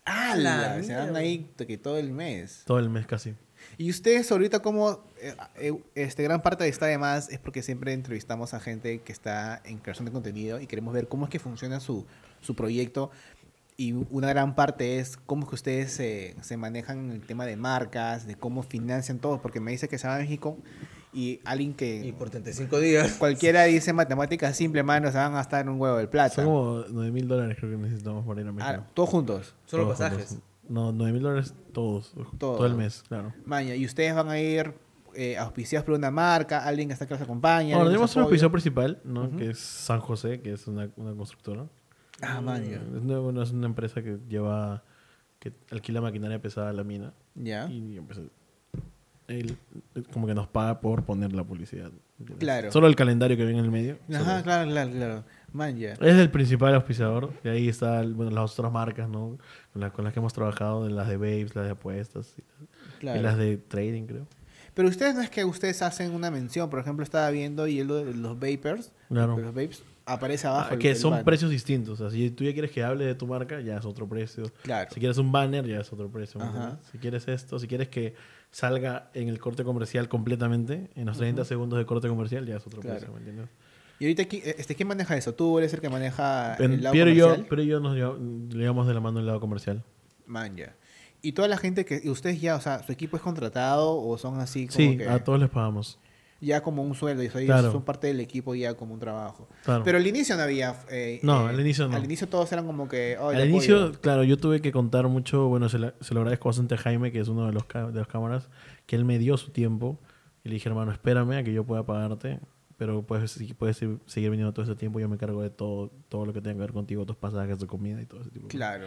A: ¡Hala!
B: La
A: Se van
B: mierda.
A: ahí to- que todo el mes.
C: Todo el mes casi.
A: Y ustedes ahorita como eh, eh, este gran parte de esta además es porque siempre entrevistamos a gente que está en creación de contenido y queremos ver cómo es que funciona su, su proyecto y una gran parte es cómo es que ustedes se, se manejan en el tema de marcas, de cómo financian todo, porque me dice que se va a México y alguien
B: Y
A: que
B: por 35 días.
A: cualquiera dice matemáticas simple, mano, se van a gastar un huevo de plata.
C: Son como 9 mil dólares creo que necesitamos para ir a México.
A: Ah, todos juntos.
B: Solo
C: Todos
B: pasajes.
C: juntos. No, 9 mil dólares todos.
A: Todo.
C: Todo. el mes, claro.
A: Maña, y ustedes van a ir eh, auspiciados por una marca, alguien que está que los acompaña.
C: Ahora
A: alguien que los
C: tenemos un
A: apoya.
C: auspicio principal, ¿no? Que es San José, que es una, una constructora.
A: Ah, maña.
C: Eh, Es una, bueno, es una empresa que lleva, que alquila maquinaria pesada a la mina.
A: Ya.
C: Y pues, él eh, como que nos paga por poner la publicidad. ¿entiendes?
A: Claro.
C: Solo el calendario que ven en el medio. solo
A: Ajá,
C: eso.
A: claro, claro, claro. Man, ya.
C: Es el principal auspiciador. Y ahí están bueno, las otras marcas, ¿no? Con, las- con las que hemos trabajado, de las de babes, las de apuestas y,
A: Claro.
C: y las de trading, creo.
A: Pero ustedes no es que ustedes hacen una mención. Por ejemplo, estaba viendo y el, de los vapers.
C: Claro.
A: Los vapes aparece abajo.
C: Ah,
A: el-
C: que
A: el
C: son
A: banner.
C: precios distintos. O sea, si tú ya quieres que hable de tu marca, ya es otro precio.
A: Claro.
C: Si quieres un banner, ya es otro precio. ¿me
A: Ajá.
C: entiendes? Si quieres esto, si quieres que salga en el corte comercial completamente, en los 30 segundos de corte comercial, ya es otro
A: Claro.
C: precio. ¿me entiendes?
A: Y ahorita, aquí, eh, este, ¿quién maneja eso? ¿Tú eres el que maneja Ah, el
C: En-
A: lado
C: Piero, y yo,
A: comercial?
C: Piero y yo nos lleva- llevamos de la mano el lado comercial.
A: Man, ya. Y toda la gente que... y ustedes ya, o sea, ¿su equipo es contratado o son así como
C: Sí,
A: que...?
C: a todos les pagamos.
A: ya como un sueldo y soy,
C: Claro.
A: son parte del equipo ya como un trabajo.
C: Claro.
A: Pero al inicio no había... eh,
C: No,
A: eh,
C: al inicio no.
A: Al inicio todos eran como que... "Oh, yo
C: Al
A: apoyo".
C: inicio, claro, yo tuve que contar mucho, bueno, se, la- se lo agradezco bastante a Jaime, que es uno de los, ca- de las cámaras, que él me dio su tiempo y le dije, hermano, espérame a que yo pueda pagarte, pero puedes, si- puedes se- seguir viniendo todo ese tiempo, yo me cargo de todo, todo lo que tenga que ver contigo, tus pasajes, tu comida y todo ese tipo de cosas.
A: Claro.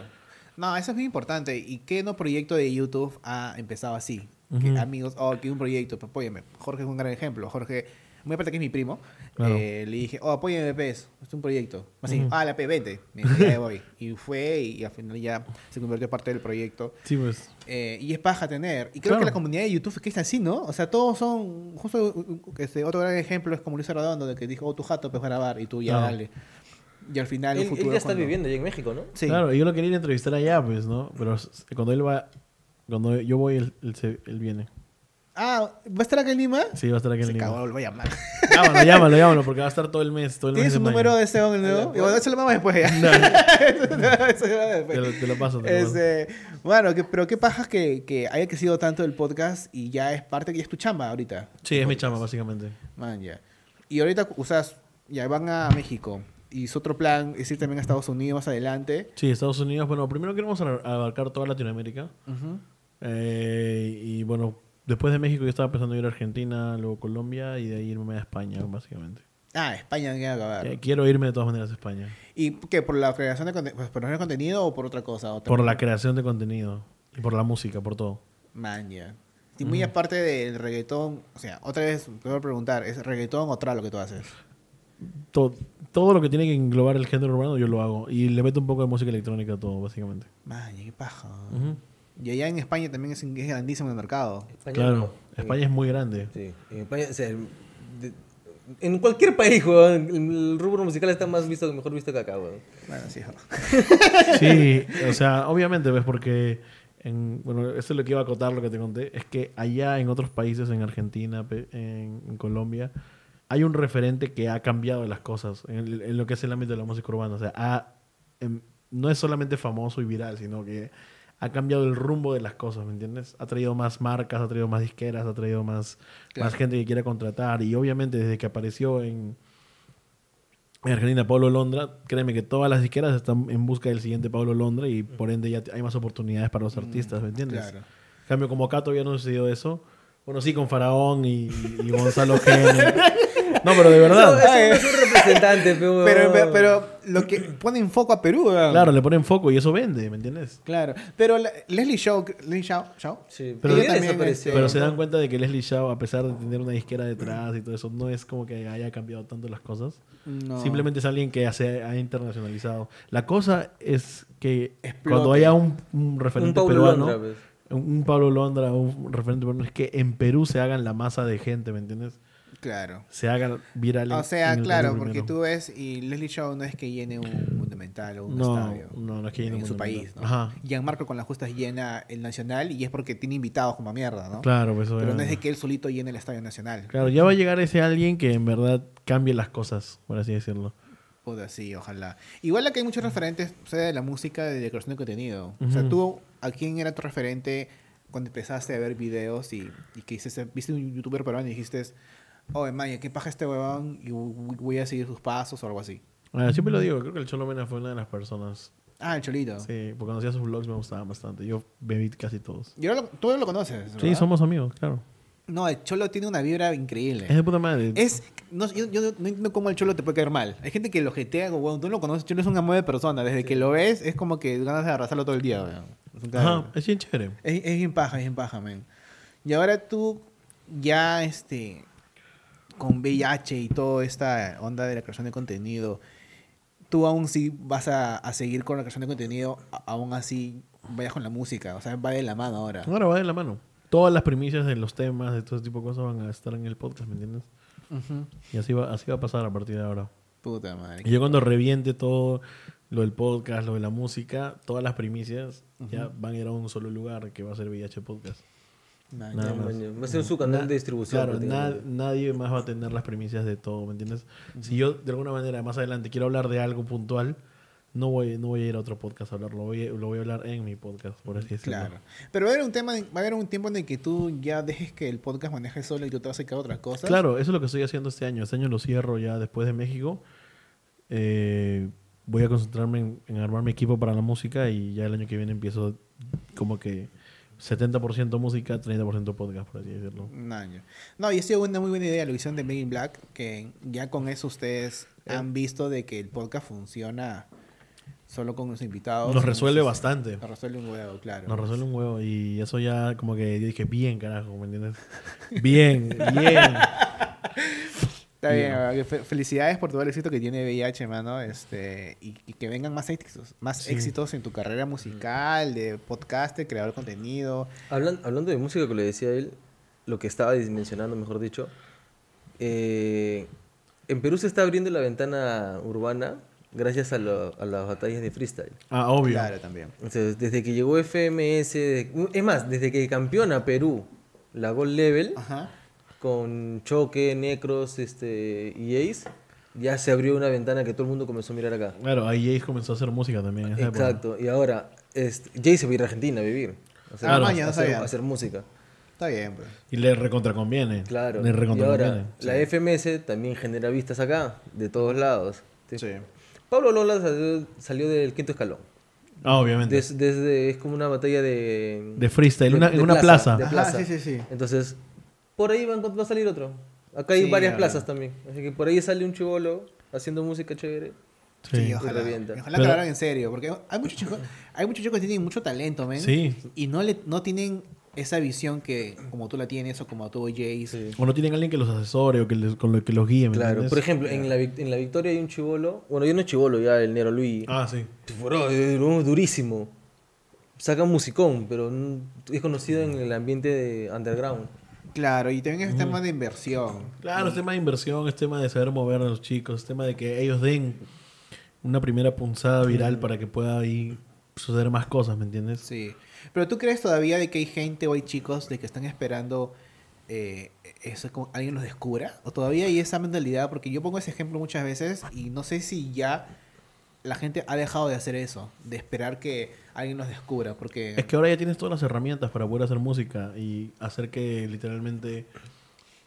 A: No, eso es muy importante. ¿Y qué no proyecto de YouTube ha empezado así? Que
C: Ujú.
A: amigos, oh, que un proyecto, pues, apóyame. Jorge es un gran ejemplo. Jorge, muy aparte que es mi primo,
C: Claro.
A: eh, le dije, oh, apóyame, pez, es un proyecto. Así,
C: Ujú.
A: ah, la P, vente. Me dijo, ya me voy. Y fue y al final ya se convirtió en parte del proyecto.
C: Sí, pues.
A: Eh, y es paja tener. Y creo
C: Claro.
A: que la comunidad de YouTube es que es así, ¿no? O sea, todos son. Justo uh, uh, este, otro gran ejemplo es como Luis Arredondo, de que dijo, oh, tu jato, pues grabar, y tú ya
C: Claro.
A: dale. Y al final,
B: Él,
A: en
B: él
A: el futuro.
B: ya está
A: cuando-
B: viviendo ya en México, ¿no?
A: Sí.
C: Claro, yo lo quería ir a entrevistar allá, pues, ¿no? Pero s- cuando él va, cuando yo voy, él, él se- él viene.
A: Ah, ¿va a estar acá en Lima?
C: Sí, va a estar aquí en
A: Se
C: Lima.
A: cagó, lo voy a llamar.
C: Llámalo, llámalo, llámalo, porque va a estar todo el mes, todo el mes
A: ¿Tienes
C: de
A: un
C: mayo.
A: número de ese hombre nuevo?
B: Ya,
A: Y bueno, eso lo vamos después ya. Eso lo vamos
C: Te lo,
A: después.
C: te lo paso, te lo paso.
A: Este, bueno, que- pero qué pajas que, que haya crecido tanto el podcast y ya es parte, que ya es tu chamba ahorita.
C: Sí, es mi chama, básicamente.
A: Man, ya. Y ahorita usas, ya van a México. Y es otro plan, es ir también a Estados Unidos más adelante.
C: Sí, Estados Unidos. Bueno, primero queremos ar- abarcar toda Latinoamérica. Eh, y bueno, después de México yo estaba pensando ir a Argentina, luego Colombia y de ahí irme a España, básicamente.
A: Ah, España, que acabar.
C: Eh, quiero irme de todas maneras a España.
A: ¿Y qué? ¿Por la creación de, conte- pues, por el contenido o por otra cosa? ¿O
C: Por
A: también?
C: la creación de contenido y por la música, por todo.
A: Man, ya. Y muy aparte del reggaetón, o sea, otra vez te voy a preguntar, ¿es reggaetón o trap lo que tú haces?
C: To- todo lo que tiene que englobar el género urbano yo lo hago. Y le meto un poco de música electrónica a todo, básicamente.
A: Man, qué paja. weón.
C: Ujú.
A: Y allá en España también es, es grandísimo el mercado.
B: España no.
C: Claro.
B: En-
C: España es muy grande.
B: Sí, en España, o sea, de- en cualquier país, weón, el rubro musical está más visto, mejor visto que acá, weón.
A: Bueno, sí, jo.
C: Sí, o sea, obviamente, ves, porque, en- bueno, eso es lo que iba a acotar, lo que te conté, es que allá en otros países, en Argentina, pe- en, en Colombia, hay un referente que ha cambiado las cosas en, el- en lo que es el ámbito de la música urbana. O sea, ha- em, no es solamente famoso y viral, sino que ha cambiado el rumbo de las cosas, ¿me entiendes? Ha traído más marcas, ha traído más disqueras, ha traído más, más
A: Claro.
C: gente que quiera contratar. Y obviamente desde que apareció en, en Argentina Pablo Londra, créeme que todas las disqueras están en busca del siguiente Pablo Londra y por ende ya hay más oportunidades para los artistas, ¿me entiendes?
A: Mm, claro.
C: En cambio, como acá todavía no sucedió eso. Bueno, sí, con Faraón y, y Gonzalo Gene. No, pero de
B: Eso, eso
C: verdad.
B: no es un representante, pe, weón.
A: Pero, pero, pero lo que pone en foco a Perú, weón.
C: Claro, le ponen foco y eso vende, ¿me entiendes?
A: Claro. Pero la- Leslie Shaw, Leslie Shaw, Shaw,
B: Sí,
C: Pero
B: ella
A: yo también,
B: desapareció,
C: Pero se
B: ¿no?
C: dan cuenta de que Leslie Shaw, a pesar de tener una disquera detrás y todo eso, no es como que haya cambiado tanto las cosas.
A: no.
C: Simplemente es alguien que se ha internacionalizado. La cosa es que
A: Explote.
C: cuando haya un, un referente
B: Un Paulo
C: peruano,
B: Londra, pues.
C: un, un Pablo Londra, un referente peruano, es que en Perú se hagan la masa de gente, ¿me entiendes?
A: Claro.
C: Se haga viral. en-
A: O sea,
C: en el
A: claro,
C: Perú
A: porque
C: primero.
A: tú ves, y Leslie Shaw no es que llene un monumental o un
C: No,
A: estadio.
C: no, no es que llene
A: en
C: un
A: su
C: Monumental.
A: país, ¿no?
C: Ajá.
A: Gianmarco con las justas llena el nacional y es porque tiene invitados como mierda, ¿no?
C: Claro, pues
A: Pero no es
C: obviamente.
A: de que él solito llene el estadio nacional.
C: Claro, ya va a llegar ese alguien que en verdad cambie las cosas, por así decirlo.
A: Puta, sí, ojalá. Igual que hay muchos referentes, o sea, de la música, de decoración de contenido. O sea,
C: Ujú.
A: tú, ¿a quién era tu referente cuando empezaste a ver videos y, y que hiciste, viste un youtuber peruano y dijiste, oh, Maya, ¿qué paja este huevón? Y voy voy a seguir sus pasos o algo así.
C: Ah, siempre lo digo, creo que el Cholo Mena fue una de las personas.
A: Ah, el Cholito.
C: Sí, porque cuando hacía sus vlogs me gustaban bastante. Yo bebí casi todos.
A: Y ahora lo- tú lo conoces.
C: Sí,
A: ¿verdad?
C: somos amigos, claro.
A: No, el Cholo tiene una vibra increíble.
C: Es de puta madre.
A: Es, no, yo, yo no entiendo cómo el cholo te puede caer mal. Hay gente que lo jetea, como, weón, tú no lo conoces, el cholo es un amor de persona. Desde que lo ves, es como que ganas de abrazarlo todo el día, weón. Es un cabrón.
C: Ajá, es bien chévere.
A: Es, es bien paja, es bien paja, men. Y ahora tú, ya este, con VIH y toda esta onda de la creación de contenido, tú aún sí vas a, a seguir con la creación de contenido, a- aún así vayas con la música, o sea, va de la mano ahora.
C: Ahora va de la mano. Todas las primicias de los temas, de todo ese tipo de cosas van a estar en el podcast, ¿me entiendes?
A: Ujú.
C: Y así va, así va a pasar a partir de ahora.
A: Puta madre.
C: Y yo cuando reviente todo lo del podcast, lo de la música, todas las primicias ya van a ir a un solo lugar que va a ser VH Podcast.
B: Ah,
A: Man,
C: Nada
A: ya.
C: más.
B: Maña. Va a ser su canal
C: Na-
B: de distribución.
C: Claro, na-
B: prácticamente.
C: nadie más va a tener las primicias de todo, ¿me entiendes? Si yo de alguna manera más adelante quiero hablar de algo puntual, no voy, no voy a ir a otro podcast a hablarlo, voy a- lo voy a hablar en mi podcast, por así decirlo.
A: Claro. Pero va a haber un tema, va a haber un tiempo en el que tú ya dejes que el podcast maneje solo y tú te vas a dedicar a otra cosa.
C: Claro, eso es lo que estoy haciendo este año. Este año lo cierro ya después de México. Eh, voy a concentrarme en, en armar mi equipo para la música y ya el año que viene empiezo como que 70% música, 30% podcast, por así decirlo.
A: Un año. No, y ha sido una muy buena idea la visión de Megan Black, que ya con eso ustedes
C: Eh.
A: han visto de que el podcast funciona solo con los invitados.
C: Nos resuelve
A: Entonces,
C: bastante.
A: Nos resuelve un huevo, claro.
C: Nos resuelve un huevo y eso ya como que yo dije, bien, carajo, ¿me entiendes? Bien, bien.
A: Está bien, eh, fe- felicidades por todo el éxito que tiene VIH, mano. Este, y, y que vengan más éxitos, más
C: Sí.
A: éxitos en tu carrera musical, de podcast, de creador de contenido.
B: Hablan- hablando de música que le decía él, lo que estaba dis- mencionando, mejor dicho, eh, en Perú se está abriendo la ventana urbana gracias a, lo- a las batallas de freestyle.
C: Ah, obvio.
A: Claro, también.
B: Entonces, desde que llegó FMS, de- es más, desde que campeona Perú la Gold Level,
A: Ajá.
B: con Choque, Necros este, y Ace, ya se abrió una ventana que todo el mundo comenzó a mirar acá.
C: Claro, ahí Jace comenzó a hacer música también. en esa época.
B: Exacto, y ahora, este, Jay se va a ir a Argentina a vivir. a hacer-
A: Ah,
B: a
A: maña, no
B: hacer-
A: sabía.
B: a hacer música.
A: Está bien, pues.
C: Y le recontraconviene.
B: Claro.
C: Le
B: Y
C: recontraconviene.
B: ahora, la FMS también genera vistas acá, de todos lados.
A: Sí.
B: Pablo Lola salió, salió del quinto escalón.
C: Ah, obviamente.
B: Des- desde, es como una batalla de...
C: De freestyle, una- en una plaza.
B: de
A: Ajá,
B: plaza.
A: sí, sí, sí.
B: Entonces, por ahí van- va, a salir otro. Acá hay
A: Sí,
B: varias
A: obvio.
B: plazas también. Así que por ahí sale un chivolo haciendo música chévere.
A: Sí,
C: Sí.
A: ojalá.
B: revienta.
A: Ojalá
C: Pero-
A: que lo hagan en serio, porque hay muchos chicos, hay muchos chicos que tienen mucho talento, men.
C: Sí.
A: Y no le, no tienen esa visión que como tú la tienes o como tú Jace.
B: Sí.
C: O no tienen alguien que los asesore o que, les- con lo, que los guíe. ¿me
B: Claro.
C: entiendes?
B: Por ejemplo, en la, vic- en la victoria hay un chivolo. Bueno, yo no es chivolo, ya el Nero Luis.
C: Ah, sí.
B: Bro, es du- durísimo. Saca musicón, pero mm, es conocido en el ambiente de underground.
A: Claro, y también es
C: Mm.
A: tema de inversión.
C: Claro, es tema de inversión, es tema de saber mover a los chicos, es tema de que ellos den una primera punzada viral para que pueda ahí suceder más cosas, ¿me entiendes?
A: Sí. Pero tú crees todavía de que hay gente o hay chicos de que están esperando eh, eso como alguien los descubra o todavía hay esa mentalidad porque yo pongo ese ejemplo muchas veces y no sé si ya la gente ha dejado de hacer eso, de esperar que alguien los descubra, porque
C: Es que ahora ya tienes todas las herramientas para poder hacer música y hacer que literalmente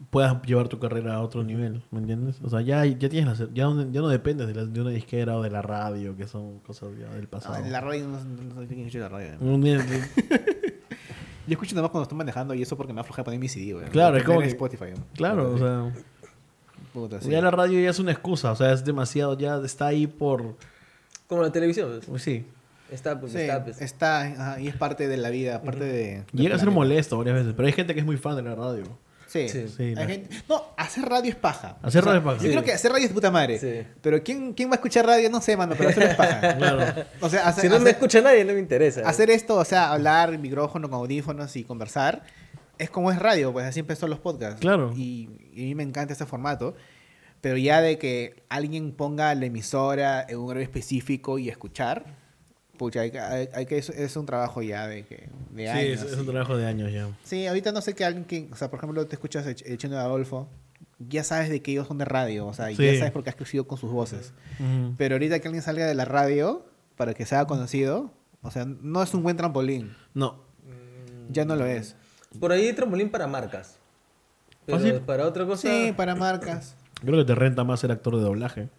C: puedas llevar tu carrera a otro nivel, ¿me entiendes? O sea, ya, ya tienes las- ya, no- ya no dependes de, la- de una disquera o de la radio, que son cosas ya del pasado.
A: Ah, en la radio no, no- no sé quién escucha la radio.
C: Un día-
A: Yo escucho nada más cuando estoy manejando y eso porque me afloja poner mi CD, güey.
C: Claro, es
A: Poner
C: como que-
A: Spotify. güey.
C: claro, o sea,
A: Puta, sí.
C: ya la radio ya es una excusa, o sea, es demasiado, ya está ahí por...
B: Como la televisión. pues.
C: Uy, Sí,
B: Está, pues,
A: Sí,
B: está, pues.
A: está, ajá, y es parte de la vida, parte de...
C: Llega a ser
A: del planeta.
C: molesto varias veces, pero hay gente que es muy fan de la radio.
A: Sí.
B: Sí.
C: Sí,
A: Hay
C: la-
A: gente- No, hacer radio es paja.
C: Hacer radio es paja.
A: Yo
C: Sí.
A: creo que hacer radio es de puta madre.
B: Sí.
A: Pero ¿quién, ¿quién va a escuchar radio? No sé, mano, pero hacerlo es paja.
C: Claro.
A: O sea, hacer,
B: Si no me
A: hacer-
B: escucha nadie, no me interesa.
A: hacer esto, o sea, hablar en micrófono con audífonos y conversar, es como es radio, pues así empezó los podcasts.
C: Claro.
A: Y, y a mí me encanta ese formato. Pero ya de que alguien ponga la emisora en un horario específico y escuchar, pucha, hay, que- hay- hay que, es, es un trabajo ya de que de
C: Sí,
A: años.
C: es, es un
A: y-
C: trabajo de años ya.
A: Sí, ahorita no sé que alguien que, o sea, por ejemplo, te escuchas el, Ch- el Chino de Adolfo, ya sabes de que ellos son de radio, o sea, ya
C: Sí.
A: sabes porque has crecido con sus voces. Pero ahorita que alguien salga de la radio para que sea conocido, o sea, no es un buen trampolín,
C: No.
A: ya no lo es.
B: Por ahí hay trampolín para marcas. Pero
C: Fácil.
B: para otra cosa.
A: Sí, para marcas,
C: Creo que te renta más ser actor de doblaje.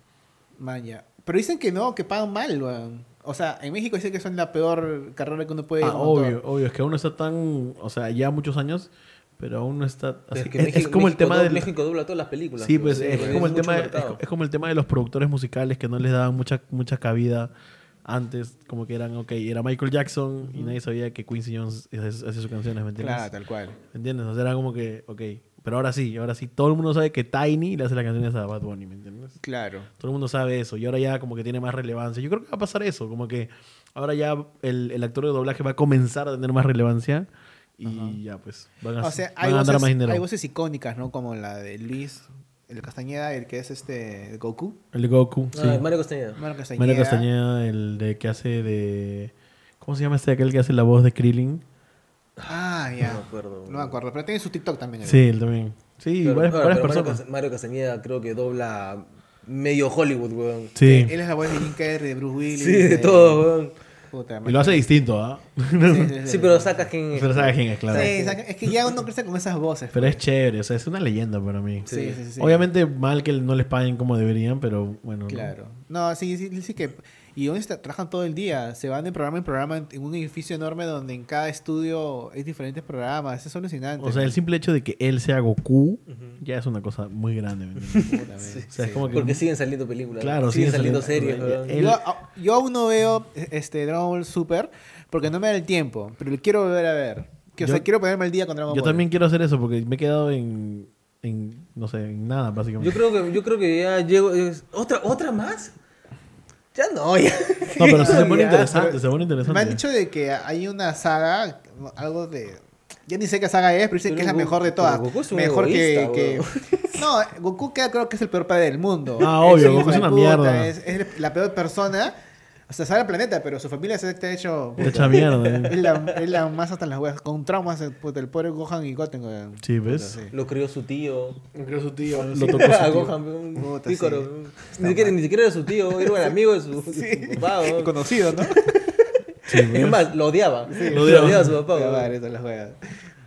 A: maña. Pero dicen que no, que pagan mal, weón. O sea, en México dicen que son la peor carrera que uno puede ir
C: Ah,
A: como actor.
C: obvio, obvio. Es que aún no está tan... O sea, ya muchos años, pero aún no está...
B: Pero
C: así.
B: es, que
C: Es,
B: México,
C: es como el
B: México
C: tema
B: do-
C: del...
B: México dobla todas las películas.
C: Sí, pues
B: Sí,
C: es
B: porque
C: como el
B: mucho
C: tema... Es,
B: mercado.
C: es como el tema de los productores musicales que no les daban mucha, mucha cabida antes. Como que eran, ok, era Michael Jackson y nadie sabía que Quincy Jones hace hace sus canciones, ¿me entiendes?
A: Claro, tal cual.
C: ¿Me ¿Entiendes? O sea, era como que, ok, pero ahora sí, ahora sí, todo el mundo sabe que Tiny le hace las canciones a Bad Bunny, ¿me entiendes?
A: Claro.
C: Todo el mundo sabe eso y ahora ya como que tiene más relevancia. Yo creo que va a pasar eso, como que ahora ya el, el actor de doblaje va a comenzar a tener más relevancia y ya pues van a,
A: O sea,
C: van
A: hay
C: a ganar
A: voces,
C: más dinero.
A: hay voces icónicas, ¿no? Como la de Luis, el Castañeda, el que es este Goku.
C: El de Goku,
B: Ah,
C: sí.
B: Mario Castañeda.
A: Mario Castañeda.
C: Mario Castañeda, el de que hace de... ¿Cómo se llama este aquel que hace la voz de Krillin?
A: Ah, ya.
B: No me acuerdo.
A: No me acuerdo, pero tiene su TikTok también.
C: Sí, él también. Sí,
B: Pero-
C: varias,
B: ahora,
C: varias
B: pero Mario
C: personas.
B: Cas- Mario Castañeda creo que dobla medio Hollywood, weón.
C: Sí.
A: Él es la voz de Jim Carrey, de Bruce Willis.
B: Sí, de todo, weón.
A: Puta,
C: Y lo hace distinto, ¿ah?
A: madre. sí,
B: Sí, pero sacas quién es.
C: Pero sabe quién es, claro.
A: Sí, saca- es que ya uno crece con esas voces. pues.
C: Pero es chévere, o sea, es una leyenda para mí.
A: Sí, sí, sí, sí.
C: Obviamente mal que no les paguen como deberían, pero bueno.
A: Claro. No, sí, sí, sí que... Y ellos tra- trabajan todo el día, se van de programa en programa en- en un edificio enorme donde en cada estudio hay diferentes programas. Eso es alucinante.
C: O sea, el simple hecho de que él sea Goku
B: Ujú.
C: ya es una cosa muy grande. ¿me entiendes?
A: Puta,
B: Sí.
A: man.
C: O sea, es como que...
B: Porque siguen saliendo películas.
C: Claro,
B: siguen,
C: siguen
B: saliendo,
C: saliendo- eh,
B: series, weón.
C: El-
A: Yo, a- yo aún no veo este Dragon Ball Super porque no me da el tiempo, pero lo quiero volver a ver. Que, o
C: Yo-
A: sea, quiero ponerme al día con Dragon
C: Yo
A: Ball.
C: también quiero hacer eso porque me he quedado en, en no sé, en nada, básicamente.
B: Yo creo que, yo creo que ya llego. es- ¿Otra, ¿Otra más? Ya no, ya.
C: No, pero sí se pone
A: Ya,
C: interesante,
A: pero-
C: se pone interesante.
A: Me han dicho de que hay una saga, algo de... Ya ni sé qué saga es, pero dicen
B: Pero
A: que es la
B: Goku-
A: mejor de
B: pero
A: todas.
B: Goku es un
A: mejor que,
B: egoísta,
A: que- No, Goku que- creo que es el peor padre del mundo.
C: Ah,
A: Es
C: obvio,
A: un
C: Goku es
A: hijo de
C: una
A: puta,
C: mierda.
A: Es, es la peor persona. O sea, sabe el planeta, pero su familia se está hecho...
C: Te echa mierda. ¿eh?
A: Es la, es la más hasta en las huevas, con traumas el, puta, el pobre Gohan y Goten. weón.
C: Sí, ¿ves?
A: Puta, sí.
B: Lo crió su tío.
C: su tío. Lo tocó su
B: A
C: tío.
B: Gohan, un
A: Puta,
B: pícaro.
A: sí.
B: Ni, siquiera, ni siquiera era su tío, era un amigo de su, de su papá. weón.
A: Conocido, ¿no?
C: Sí, ¿ves?
B: Es más, lo odiaba.
C: Lo
B: Lo
C: odiaba.
B: odiaba, a su papá.
A: Ya,
B: weón.
A: madre, son las huevas.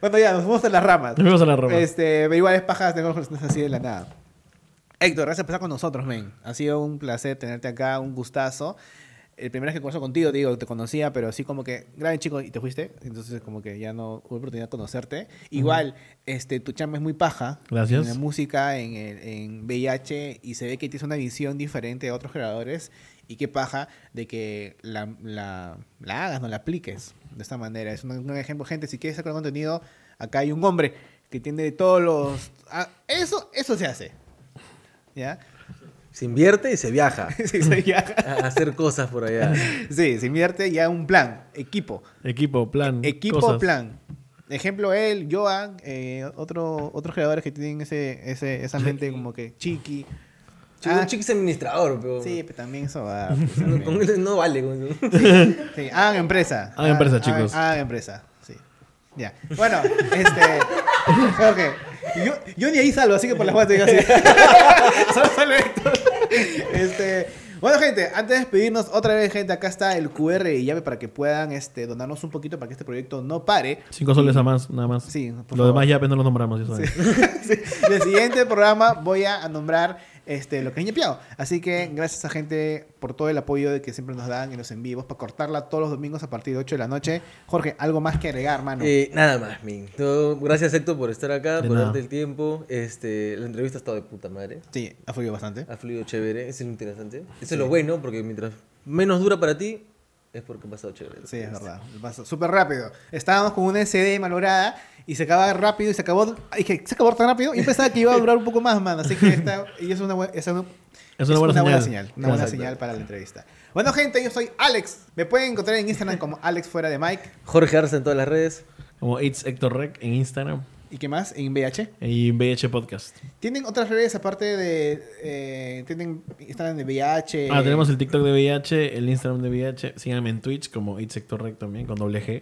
A: Bueno, ya, nos fuimos a las ramas.
C: Nos vemos en la ropa.
A: Este, pero igual es pajas de golf, no es así de la nada. Héctor, gracias por estar con nosotros, men. Ha sido un placer tenerte acá, un gustazo. El primer vez que converso contigo, te digo, te conocía, pero así como que, grave chico, y te fuiste. Entonces, como que ya no hubo oportunidad de conocerte. Igual, este, tu chamba es muy paja.
C: Gracias.
A: En la música, en, el- en VIH, y se ve que tienes una visión diferente de otros creadores. Y qué paja de que la, la, la hagas, no la apliques de esta manera. Es un, un ejemplo, gente. Si quieres sacar contenido, acá hay un hombre que tiene todos los. ah, eso, eso se hace. ¿Ya?
B: Se invierte y se viaja
A: Sí, se viaja.
B: a hacer cosas por allá.
A: Sí, se invierte ya un plan, equipo.
C: Equipo, plan.
A: E-, Equipo
C: cosas.
A: plan. Ejemplo, él, Joan, eh, otro, otros creadores que tienen ese, ese, esa mente como que chiqui.
B: Chico,
A: Ah,
B: un chico es administrador, pero.
A: Sí, pero también eso va.
B: No, con él no vale. con-
A: Sí, hagan empresa.
C: Hagan empresa, chicos.
A: Hagan, empresa, sí. Ya. Bueno, este. Jorge. Yo, yo ni ahí salvo, así que por las guas te digo así. Solo salvo Héctor. Este. Bueno, gente, antes de despedirnos, otra vez, gente, acá está el QR y llave para que puedan este, donarnos un poquito para que este proyecto no pare.
C: Cinco soles a más, nada más.
A: Sí,
C: Lo
A: por favor.
C: demás ya apenas lo nombramos. ya
A: Sí.
C: saben.
A: Sí. En el siguiente programa voy a nombrar este, lo que han ñepeado. Así que gracias a gente por todo el apoyo de que siempre nos dan en los en vivos para cortarla todos los domingos a partir de 8 de la noche. Jorge, algo más que agregar, mano.
B: Eh, nada más, Min. No, gracias, Héctor, por estar acá,
C: De
B: por
C: nada.
B: darte el tiempo. Este, la entrevista ha estado de puta madre.
A: sí, ha fluido bastante.
B: Ha fluido chévere, es interesante. Eso es lo bueno, porque mientras menos dura para ti, es porque ha pasado chévere.
A: Sí, es verdad. Pasa Súper rápido. Estábamos con una SD malograda y se acaba rápido y se acabó. Ay, que se acabó tan rápido. Yo pensaba que iba a durar un poco más, mano. Así que esta, y es una, buen- es una,
C: Es una buena señal.
A: Una buena
C: Exacto.
A: señal para la entrevista. Bueno, gente, yo soy Alex. Me pueden encontrar en Instagram como Alex fuera de Mike.
B: Jorge Arce en todas las redes.
C: Como It's Hector Rec en Instagram
A: ¿Y qué más? En VH.
C: y VH Podcast.
A: ¿Tienen otras redes aparte de. Eh, ¿Tienen Instagram de VH?
C: Ah, tenemos el TikTok de VIH, el Instagram de VIH. Síganme en Twitch como It's Hector Rec también, con doble G.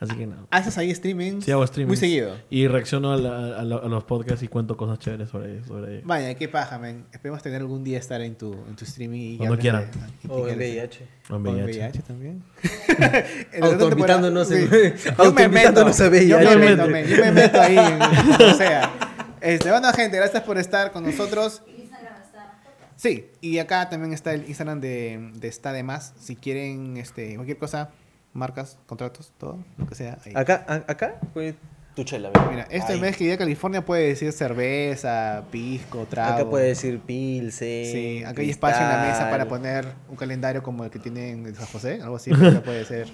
C: Así que nada.
A: ¿Haces Ah, ahí streaming?
C: Sí, hago streaming.
A: Muy seguido.
C: Y reacciono a, la- a la- a los podcasts y cuento cosas chéveres sobre, sobre ellos.
A: Vaya, qué paja, men. Esperemos tener algún día estar en tu, en tu streaming. Y
C: Cuando
A: hables de-
C: quieran.
A: y
B: O
A: que
B: en
A: hables de-
B: VIH.
C: O en
A: O en
C: VIH.
A: VIH también.
B: Autoinvitándonos en-
A: Yo me meto.
B: autoinvitándonos a VIH.
A: Yo me
C: Yo me
A: meto,
C: meto.
A: men. Yo me meto ahí. o sea. Este, bueno, gente, gracias por estar con nosotros. Sí, y acá también está el Instagram de, de Está de Más. Si quieren este, cualquier cosa, marcas, contratos, todo, lo que sea. Ahí.
B: Acá, a- acá fue tu chela. mira.
A: Mira, este
B: Ahí.
A: mes que iría a California puede decir cerveza, pisco, trago.
B: Acá puede decir pilsen.
A: Sí, acá hay espacio en la mesa para
B: cristal.
A: poner un calendario como el que tienen en San José, algo así, pero no puede ser.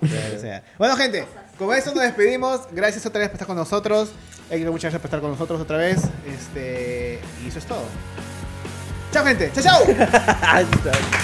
A: O sea. Bueno, gente, con eso nos despedimos. Gracias otra vez por estar con nosotros. Héctor, muchas gracias por estar con nosotros otra vez. Este, y eso es todo. Chao, gente. Chao, chao.
B: Ahí está.